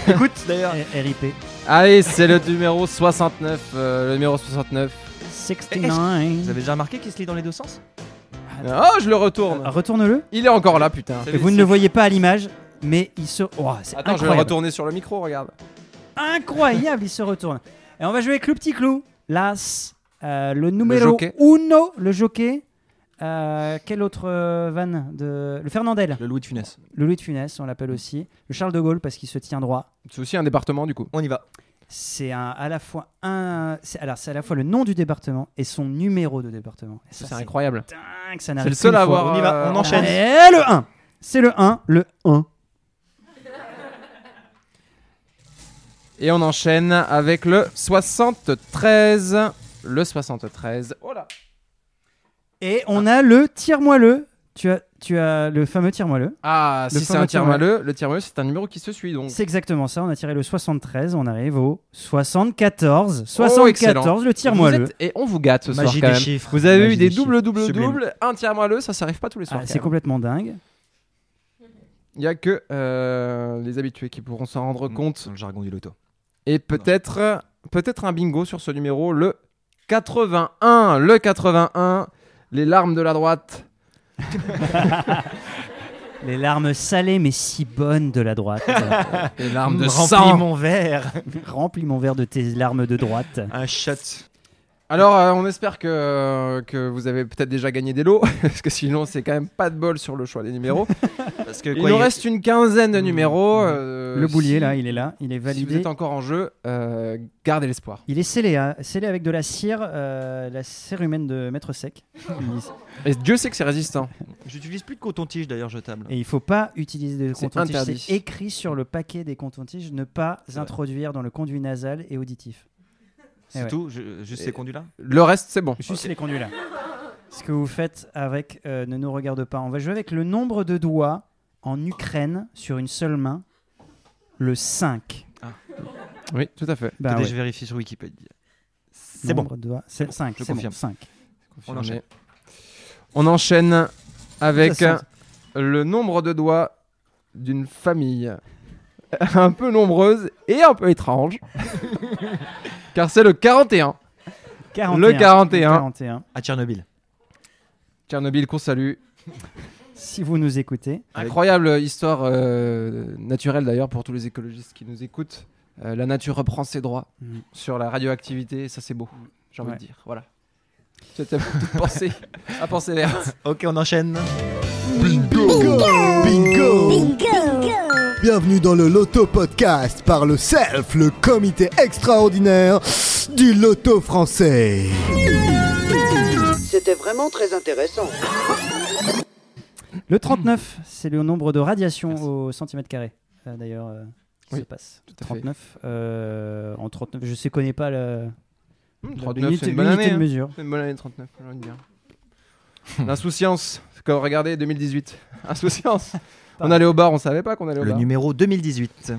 Speaker 10: Écoute d'ailleurs.
Speaker 8: Ah.
Speaker 3: RIP.
Speaker 8: Allez, c'est le numéro 69. euh, le numéro 69.
Speaker 3: 69.
Speaker 10: Vous avez déjà remarqué qu'il se lit dans les deux sens
Speaker 8: Oh, je le retourne.
Speaker 3: Ah, Retourne-le.
Speaker 8: Il est encore là, putain.
Speaker 3: Et vous ne le voyez pas à l'image, mais il se. Ouah, c'est
Speaker 8: Attends, je vais le
Speaker 3: incroyable.
Speaker 8: retourner sur le micro, regarde.
Speaker 3: incroyable, il se retourne. Et on va jouer avec le petit clou. L'as, euh, le numéro
Speaker 8: jockey.
Speaker 3: uno, le jockey. Euh, quel autre euh, van de... Le Fernandel.
Speaker 10: Le Louis de Funès.
Speaker 3: Le Louis de Funès, on l'appelle aussi. Le Charles de Gaulle, parce qu'il se tient droit.
Speaker 8: C'est aussi un département, du coup.
Speaker 10: On y va.
Speaker 3: C'est un- à la fois un. c'est- Alors, c'est à la fois le nom du département et son numéro de département. Et ça,
Speaker 8: C'est incroyable.
Speaker 3: dingue, ça
Speaker 8: C'est
Speaker 3: n'arrive
Speaker 8: le seul
Speaker 3: qu'une
Speaker 8: à
Speaker 3: fois.
Speaker 8: avoir.
Speaker 10: On y va,
Speaker 8: euh,
Speaker 10: on enchaîne.
Speaker 3: Et le 1 C'est le 1, le 1.
Speaker 8: Et on enchaîne avec le 73. Le 73. Oh là
Speaker 3: Et on a le tire-moi-le. Tu as, tu as le fameux tire-moi-le.
Speaker 8: Ah,
Speaker 3: Le
Speaker 8: si c'est
Speaker 3: fameux
Speaker 8: un tir maleux, le tir maleux, c'est un numéro qui se suit donc.
Speaker 3: C'est exactement ça. On a tiré le 73. On arrive au 74.
Speaker 8: Oh, excellent.
Speaker 3: 74, le Ah, tire-moi-le.
Speaker 8: Vous êtes- Et on vous gâte ce soir
Speaker 10: Magie
Speaker 8: quand
Speaker 10: des
Speaker 8: même.
Speaker 10: chiffres.
Speaker 8: Vous avez eu
Speaker 10: Magie
Speaker 8: des
Speaker 10: des
Speaker 8: doubles,
Speaker 10: chiffres.
Speaker 8: doubles,
Speaker 10: Sublime.
Speaker 8: doubles, un tir maleux, ça, ça arrive pas tous les soirs.
Speaker 3: Ah,
Speaker 8: quand
Speaker 3: c'est
Speaker 8: même.
Speaker 3: complètement dingue.
Speaker 8: Il y a que euh, les habitués qui pourront s'en rendre compte.
Speaker 10: Dans le jargon du loto.
Speaker 8: Et peut-être euh, peut-être un bingo sur ce numéro, le 81. Le 81, les larmes de la droite.
Speaker 3: Les larmes salées mais si bonnes de la droite.
Speaker 8: Les larmes de
Speaker 10: Remplis
Speaker 8: sang.
Speaker 10: mon verre.
Speaker 3: Remplis mon verre de tes larmes de droite.
Speaker 10: Un shot.
Speaker 8: Alors, euh, on espère que, que vous avez peut-être déjà gagné des lots, parce que sinon, c'est quand même pas de bol sur le choix des numéros.
Speaker 10: Parce que
Speaker 8: Il
Speaker 10: quoi,
Speaker 8: nous
Speaker 10: il-
Speaker 8: reste une quinzaine de numéros. euh,
Speaker 3: le boulier,
Speaker 8: si-
Speaker 3: là, il est là. Il est validé.
Speaker 8: Si vous êtes encore en jeu, euh, gardez l'espoir.
Speaker 3: Il est scellé, hein, scellé avec de la cire, euh, la cire humaine de maître sec. Il-
Speaker 8: Et Dieu sait que c'est résistant.
Speaker 10: J'utilise plus de coton-tige d'ailleurs jetable.
Speaker 3: Et il faut pas utiliser de
Speaker 8: C'est
Speaker 3: coton-tige.
Speaker 8: interdit.
Speaker 3: C'est écrit sur le paquet des coton-tiges ne pas introduire dans le conduit nasal et auditif.
Speaker 10: C'est
Speaker 3: Eh ouais.
Speaker 10: tout, je- juste
Speaker 8: Et- Bah
Speaker 10: ces conduits-là
Speaker 8: Le reste, c'est bon.
Speaker 3: Juste les conduits là. Ce que vous faites avec euh, ne nous regarde pas. On va jouer avec le nombre de doigts en Ukraine sur une seule main, le 5.
Speaker 8: Oui, tout à fait.
Speaker 3: Bah
Speaker 10: Attendez,
Speaker 3: ouais.
Speaker 10: Je vérifie sur Wikipédia. C'est bon.
Speaker 3: Nombre de doigts, C'est 5,
Speaker 10: je
Speaker 3: c'est bon,
Speaker 10: confirme.
Speaker 3: 5.
Speaker 10: On enchaîne.
Speaker 8: On enchaîne avec
Speaker 3: Ça sent-
Speaker 8: le nombre de doigts d'une famille un peu nombreuse et un peu étrange. Car c'est le 41.
Speaker 3: 41.
Speaker 8: Le 41.
Speaker 3: 41.
Speaker 10: À Tchernobyl.
Speaker 8: Tchernobyl qu'on salue.
Speaker 3: Si vous nous écoutez.
Speaker 8: Incroyable histoire euh, naturelle d'ailleurs pour tous les écologistes qui nous écoutent. Euh, la nature reprend ses droits
Speaker 3: Mm.
Speaker 8: sur la radioactivité, et ça c'est beau, j'ai envie
Speaker 3: Ouais.
Speaker 8: de dire. Voilà. C'était toute pensée à penser verte.
Speaker 10: Ok, on enchaîne.
Speaker 4: Bingo Bingo bienvenue dans le Loto Podcast par le SELF, le comité extraordinaire du Loto français.
Speaker 15: C'était vraiment très intéressant.
Speaker 3: Le 39, c'est le nombre de radiations au centimètre carré. Euh, D'ailleurs, euh, ça
Speaker 8: Oui,
Speaker 3: passe.
Speaker 8: tout à fait.
Speaker 3: 39. euh, en 39, je ne connais pas le. la-
Speaker 8: 39,
Speaker 3: l'unité-
Speaker 8: c'est une bonne
Speaker 3: l'unité
Speaker 8: année.
Speaker 3: de
Speaker 8: hein.
Speaker 3: mesure.
Speaker 8: C'est une bonne année 39, j'ai envie de dire. L'insouciance, c'est quand regardez 2018. Insouciance. on allait au bar, on savait pas qu'on allait au
Speaker 10: Le
Speaker 8: bar.
Speaker 10: numéro 2018.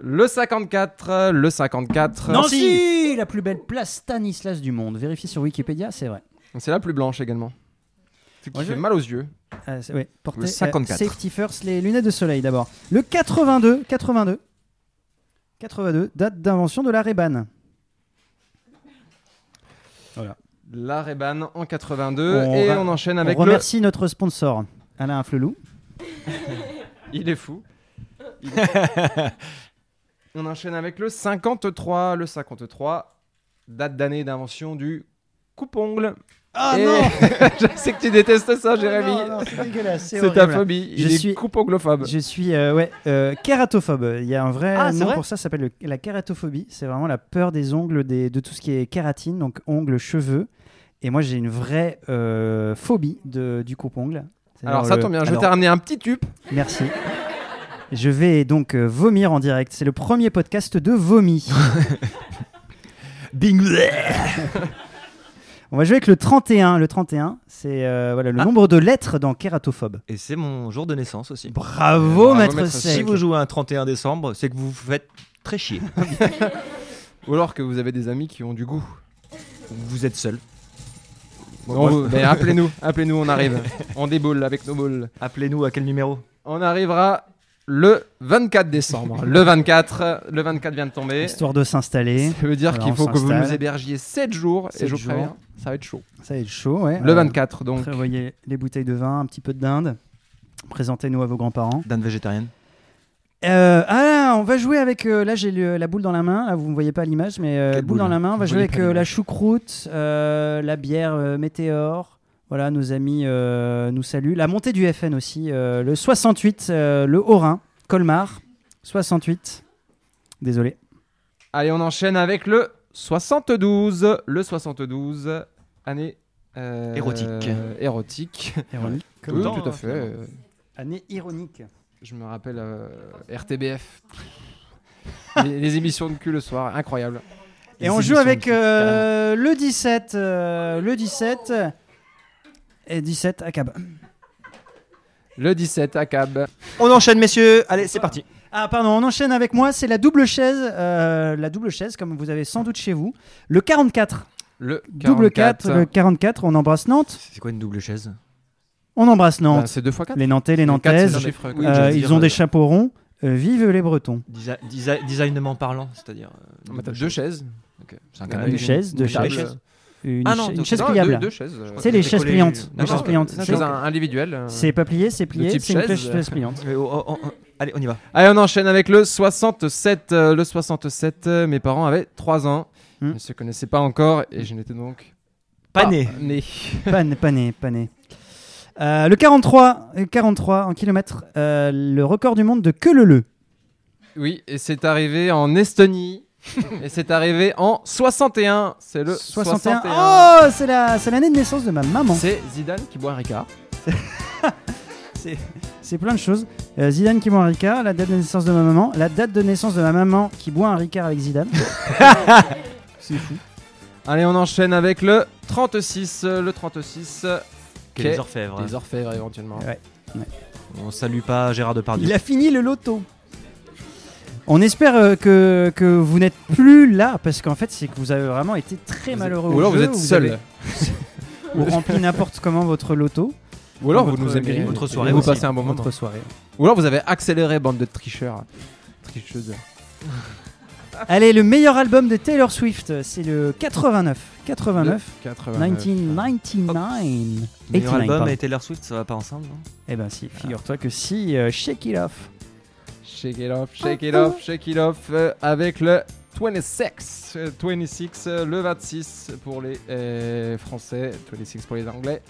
Speaker 8: Le 54, le 54.
Speaker 3: Nancy, la plus belle place Stanislas du monde. Vérifiez sur Wikipédia, c'est vrai.
Speaker 8: C'est la plus blanche également. Ce qui
Speaker 3: Moi, je-
Speaker 8: fait mal aux yeux.
Speaker 3: Ah, c'est- ouais, portez,
Speaker 8: le
Speaker 3: euh,
Speaker 8: 54.
Speaker 3: safety first, les lunettes de soleil d'abord. Le 82, 82, 82, date d'invention de la Reban.
Speaker 8: La Reban en 82.
Speaker 3: On
Speaker 8: et
Speaker 3: ra-
Speaker 8: on enchaîne avec
Speaker 3: on remercie notre sponsor, Alain Flelou.
Speaker 8: le. Il est fou. Il est fou. on enchaîne avec le 53. Le 53, date d'année d'invention du coupe-ongle.
Speaker 3: Ah
Speaker 8: Et-
Speaker 3: non Ah
Speaker 8: Je sais que tu détestes ça, Eh, Jérémy. C'est ta phobie. Il est
Speaker 3: coupe-onglophobe. Je suis, euh, ouais, euh, kératophobe. Il y a un vrai
Speaker 8: Ah, c'est
Speaker 3: nom
Speaker 8: vrai
Speaker 3: pour ça, ça s'appelle le- la kératophobie. C'est vraiment la peur des ongles, des, de tout ce qui est kératine, donc ongles, cheveux. Et moi, j'ai une vraie euh, phobie de, du coupe-ongle. C'est-à-dire
Speaker 8: Alors ça
Speaker 3: le-
Speaker 8: tombe bien, je
Speaker 3: Alors-
Speaker 8: t'ai ramené un petit tube.
Speaker 3: Merci. Je vais donc euh, vomir en direct. C'est le premier podcast de vomi. Bing. On va jouer avec le 31. Le 31, c'est euh, voilà, le nombre de lettres dans kératophobe.
Speaker 10: Et c'est mon jour de naissance aussi.
Speaker 3: Bravo, maître Sec.
Speaker 10: Si vous jouez un 31 décembre, c'est que vous vous faites très chier.
Speaker 8: Ou alors que vous avez des amis qui ont du goût.
Speaker 10: Vous êtes seul.
Speaker 8: Non, vous- mais appelez-nous, appelez-nous, on arrive. On déboule avec nos boules.
Speaker 10: Appelez-nous à quel numéro
Speaker 8: On arrivera le 24 décembre. le 24, le 24 vient de tomber.
Speaker 3: Histoire de s'installer.
Speaker 8: Ça veut dire
Speaker 3: Voilà,
Speaker 8: qu'il
Speaker 3: on
Speaker 8: faut que vous
Speaker 3: s'installe.
Speaker 8: nous hébergiez 7 jours et
Speaker 3: Sept
Speaker 8: je vous
Speaker 3: jours.
Speaker 8: préviens, ça va être chaud.
Speaker 3: Ça va être chaud, ouais.
Speaker 8: Le
Speaker 3: Euh,
Speaker 8: 24, donc.
Speaker 3: Prévoyez les bouteilles de vin, un petit peu de dinde. Présentez-nous à vos grands-parents.
Speaker 10: Dinde végétarienne.
Speaker 3: Euh, ah, on va jouer avec. euh, là, j'ai le- la boule dans la main. Là, vous ne voyez pas l'image, mais euh, boule,
Speaker 10: boule
Speaker 3: dans la main. On va
Speaker 10: Vous
Speaker 3: jouer
Speaker 10: voyez
Speaker 3: avec
Speaker 10: pas
Speaker 3: euh, la
Speaker 10: l'image.
Speaker 3: choucroute, euh, la bière euh, météore. Voilà, nos amis euh, nous saluent. La montée du FN aussi. euh, le 68, euh, le Haut-Rhin, Colmar. 68. Désolé.
Speaker 8: Allez, on enchaîne avec le 72. Le 72, année euh,
Speaker 10: Érotique.
Speaker 8: Érotique.
Speaker 3: Érotique.
Speaker 8: Oui,
Speaker 3: Comme dans-
Speaker 8: tout à fait. euh,
Speaker 3: Année ironique.
Speaker 8: Je me rappelle euh, RTBF. les, les émissions de cul le soir, incroyable.
Speaker 3: Et on joue avec euh, le 17. euh, le 17. Et 17 à cab.
Speaker 8: Le 17 à Cab.
Speaker 10: On enchaîne, messieurs. Allez, c'est parti.
Speaker 3: Ah pardon, on enchaîne avec moi, c'est la double chaise, euh, la double chaise comme vous avez sans doute chez vous, le 44.
Speaker 8: Le Bah,
Speaker 3: Double 4, le 44, on embrasse Nantes.
Speaker 10: C'est quoi une double chaise
Speaker 3: On embrasse Nantes.
Speaker 10: Bah, c'est deux fois quatre.
Speaker 3: Les Nantais, les
Speaker 10: Le quatre, c'est
Speaker 3: Nantaises,
Speaker 10: le chiffre, quoi.
Speaker 3: euh,
Speaker 10: Oui, j'allais
Speaker 3: ils
Speaker 10: dire,
Speaker 3: ont des
Speaker 10: euh,
Speaker 3: chapeaux ronds, Euh, vive les Bretons.
Speaker 10: Desi- desi- Designement parlant, c'est-à-dire. euh,
Speaker 8: mais t'as
Speaker 10: double
Speaker 8: deux
Speaker 10: chaise.
Speaker 8: chaises.
Speaker 10: Ok, c'est un
Speaker 8: Une
Speaker 10: canapé.
Speaker 3: Une chaise, deux
Speaker 10: table.
Speaker 3: chaises, une,
Speaker 10: Ah
Speaker 3: cha-
Speaker 10: non,
Speaker 3: une
Speaker 10: donc-
Speaker 3: chaise
Speaker 8: non,
Speaker 3: pliable.
Speaker 8: deux- deux chaises. Je crois
Speaker 3: C'est
Speaker 8: que
Speaker 3: les
Speaker 8: c'est
Speaker 3: chaises
Speaker 8: collé-
Speaker 3: pliantes.
Speaker 8: Non,
Speaker 3: les chaises
Speaker 8: non,
Speaker 3: pliantes.
Speaker 8: une
Speaker 3: C'est-
Speaker 8: chaise individuelle, euh,
Speaker 3: C'est pas plié, c'est
Speaker 8: une
Speaker 3: plié,
Speaker 8: petite
Speaker 3: c'est une
Speaker 8: chaise.
Speaker 3: chaise, chaise pliante.
Speaker 10: Mais oh, oh, oh, Allez, on y va.
Speaker 8: Allez, on enchaîne avec le 67. Euh, Le 67, euh, mes parents avaient 3 ans.
Speaker 3: Hmm.
Speaker 8: Ils ne se connaissaient pas encore et je n'étais donc
Speaker 3: Pas né.
Speaker 8: né.
Speaker 3: Pané, pané, pané. Euh, le 43, euh, 43 en kilomètres, euh, le record du monde de que le le.
Speaker 8: Oui, et c'est arrivé en Estonie. et c'est arrivé en 61. C'est le
Speaker 3: 61.
Speaker 8: 61.
Speaker 3: Oh, c'est la- c'est l'année de naissance de ma maman.
Speaker 8: C'est Zidane qui boit un Ricard.
Speaker 3: C'est- C'est plein de choses. Euh, Zidane qui boit un Ricard, la date de naissance de ma maman, la date de naissance de ma maman qui boit un Ricard avec Zidane. C'est fou.
Speaker 8: Allez, on enchaîne avec le 36. euh, Le 36. euh,
Speaker 10: Qu'est
Speaker 8: qu'est
Speaker 10: les orfèvres. hein.
Speaker 8: Les orfèvres, éventuellement.
Speaker 3: Eh,
Speaker 10: On salue pas Gérard Depardieu.
Speaker 3: Il a fini le loto. On espère euh, que, que vous n'êtes plus là parce qu'en fait c'est que vous avez vraiment été très
Speaker 8: Vous
Speaker 3: malheureux.
Speaker 8: êtes-
Speaker 3: au
Speaker 8: ou alors vous
Speaker 3: jeu,
Speaker 8: êtes seul.
Speaker 3: avez- ou rempli n'importe comment votre loto.
Speaker 8: Ou alors vous
Speaker 3: Votre
Speaker 8: nous aimez.
Speaker 3: grille.
Speaker 8: Votre
Speaker 3: Et
Speaker 8: Vous
Speaker 3: aussi.
Speaker 8: passez un bon moment.
Speaker 3: Votre soirée.
Speaker 8: Ou alors vous avez accéléré, bande de tricheurs. Tricheuses.
Speaker 3: Allez, le meilleur album de Taylor Swift, c'est le 89. 89.
Speaker 8: Le 89.
Speaker 3: 1999.
Speaker 10: Meilleur
Speaker 3: 89,
Speaker 10: album
Speaker 3: pardon.
Speaker 10: et Taylor Swift, ça va pas ensemble non
Speaker 3: Eh ben si, figure-toi que si, euh, Shake It Off.
Speaker 8: Shake it off, shake it off, shake it off euh, avec le 26. euh, 26, euh, le 26 pour les euh, Français, 26 pour les Anglais.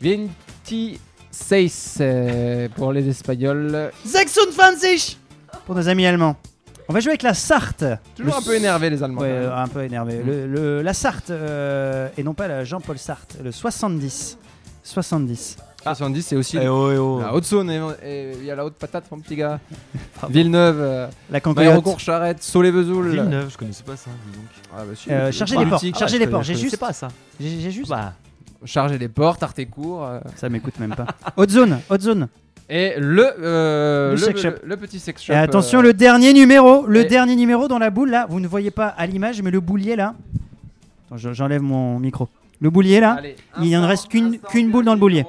Speaker 8: 26
Speaker 15: Seis euh, pour les Espagnols.
Speaker 10: 26
Speaker 3: Pour nos amis allemands. On va jouer avec la Sarthe.
Speaker 8: Toujours un peu énervé, Mm. les Allemands.
Speaker 3: Ouais, euh, un peu énervé. Le- le- la Sarthe, euh, et non pas la Jean-Paul Sarthe, le 70. 70.
Speaker 8: 70, c'est aussi
Speaker 3: Eh oh, eh oh.
Speaker 8: la Haute-Saône. et- et Il y a la Haute-Patate, mon petit gars. Villeneuve, euh,
Speaker 3: La Cancoyotte.
Speaker 8: Maillecourt, Charette, Saulé-Vesoul.
Speaker 10: Ah,
Speaker 2: Villeneuve, je connaissais pas ça, dis donc.
Speaker 8: Ah, bah, si,
Speaker 3: Euh,
Speaker 8: le-
Speaker 3: chargez
Speaker 8: le
Speaker 3: les portes,
Speaker 8: politique.
Speaker 3: chargez
Speaker 8: Ah,
Speaker 3: les
Speaker 8: je
Speaker 3: portes, j'ai
Speaker 8: connais- je connaissais
Speaker 3: juste.
Speaker 8: pas ça.
Speaker 3: J'ai j'ai juste.
Speaker 10: Bah,
Speaker 8: Chargez les portes, Artécourt. euh.
Speaker 3: Ça m'écoute même pas. Haute zone, haute zone.
Speaker 8: Et le, euh,
Speaker 3: Le
Speaker 8: le,
Speaker 3: sex shop.
Speaker 8: le- le petit sex shop.
Speaker 3: Et attention,
Speaker 8: euh,
Speaker 3: le dernier numéro, le
Speaker 8: et-
Speaker 3: dernier numéro dans la boule là, vous ne voyez pas à l'image, mais le boulier là. Attends, je- j'enlève mon micro. Le boulier là,
Speaker 8: Allez,
Speaker 3: il ne reste qu'une qu'une boule dans le boulier.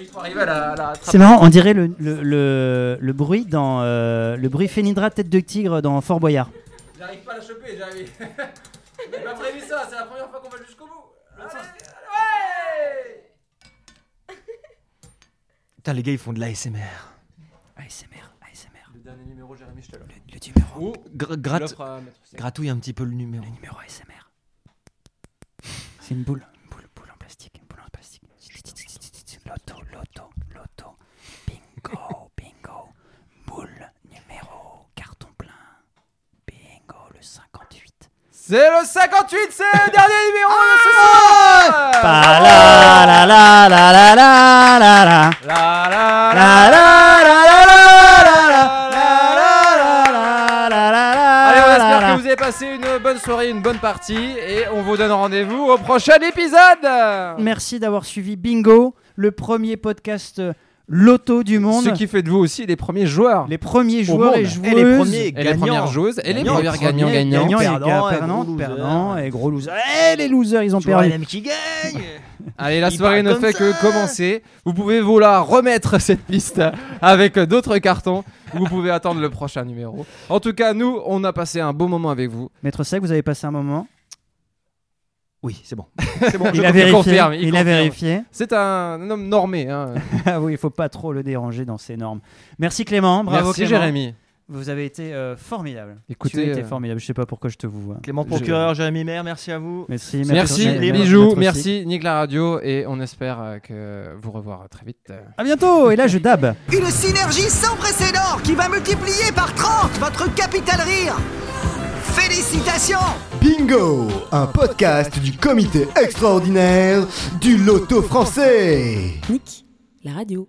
Speaker 8: il faut arriver à la- à la rattraper.
Speaker 3: C'est marrant, on dirait le, le, le- le bruit dans euh, le bruit Fénidra tête de tigre dans Fort Boyard.
Speaker 8: J'arrive pas à la choper, j'arrive. J'ai pas prévu ça, c'est la première fois qu'on va jusqu'au bout.
Speaker 2: Putain, les gars, ils font de l'ASMR.
Speaker 3: ASMR, ASMR.
Speaker 8: Le dernier numéro, Jérémy, je te l'offre.
Speaker 3: Le, numéro.
Speaker 2: Gra- gratte- gratouille un petit peu le numéro. Le
Speaker 3: numéro ASMR. C'est une boule. Une boule, boule en plastique. Une boule en plastique. Loto, loto, loto. Bingo, bingo. Boule, numéro, carton plein. Bingo, le 58.
Speaker 8: C'est le 58, c'est le dernier numéro de ce
Speaker 3: Ah
Speaker 8: soir
Speaker 3: Pa la la la la la la la la.
Speaker 8: La la
Speaker 3: la
Speaker 8: Allez, on espère que vous avez passé une bonne soirée, une bonne partie, et on vous donne rendez-vous au prochain épisode
Speaker 3: Merci d'avoir suivi Bingo, le premier podcast euh, loto du monde.
Speaker 8: Ce qui fait de vous aussi les premiers joueurs.
Speaker 3: Les premiers
Speaker 8: au
Speaker 3: joueurs et
Speaker 8: monde.
Speaker 3: joueuses.
Speaker 8: Et les premières joueuses. Et les premières gagnants, gagnants.
Speaker 3: gagnants, et gagnants, perdants, perdants, et gros losers. Eh, les losers, ils ont perdu.
Speaker 10: qui gagne
Speaker 8: Allez, la
Speaker 10: Il
Speaker 8: soirée
Speaker 10: parle
Speaker 8: ne
Speaker 10: comme
Speaker 8: fait que commencer. Vous pouvez vous la remettre cette piste avec d'autres cartons. Vous pouvez attendre le prochain numéro. En tout cas, nous, on a passé un beau moment avec vous.
Speaker 3: Maître Sec, vous avez passé un moment.
Speaker 2: Oui, c'est bon.
Speaker 8: C'est bon,
Speaker 3: il
Speaker 8: je
Speaker 3: a
Speaker 8: confirme,
Speaker 3: vérifié.
Speaker 8: confirme,
Speaker 3: il a
Speaker 8: confirme.
Speaker 3: vérifié.
Speaker 8: C'est un homme normé. hein.
Speaker 3: Ah oui, il faut pas trop le déranger dans ces normes. Merci Clément, bravo
Speaker 8: Merci
Speaker 3: Clément.
Speaker 8: Jérémy.
Speaker 3: Vous avez été euh, formidable.
Speaker 8: Écoutez,
Speaker 3: tu as été
Speaker 8: euh,
Speaker 3: formidable. Je sais pas pourquoi je te vous vois.
Speaker 2: Clément Procureur, Jérémy Maire, merci à vous.
Speaker 3: Merci,
Speaker 8: Merci,
Speaker 3: Maître-
Speaker 8: les
Speaker 3: Maître-
Speaker 8: bijoux,
Speaker 3: Maître
Speaker 8: merci Nick la radio et on espère euh, que vous revoir très vite.
Speaker 3: À bientôt. Et là, je dab.
Speaker 9: Une synergie sans précédent qui va multiplier par 30 votre capital rire. Félicitations
Speaker 4: Bingo, un podcast du comité extraordinaire du loto français.
Speaker 5: Nick, la radio.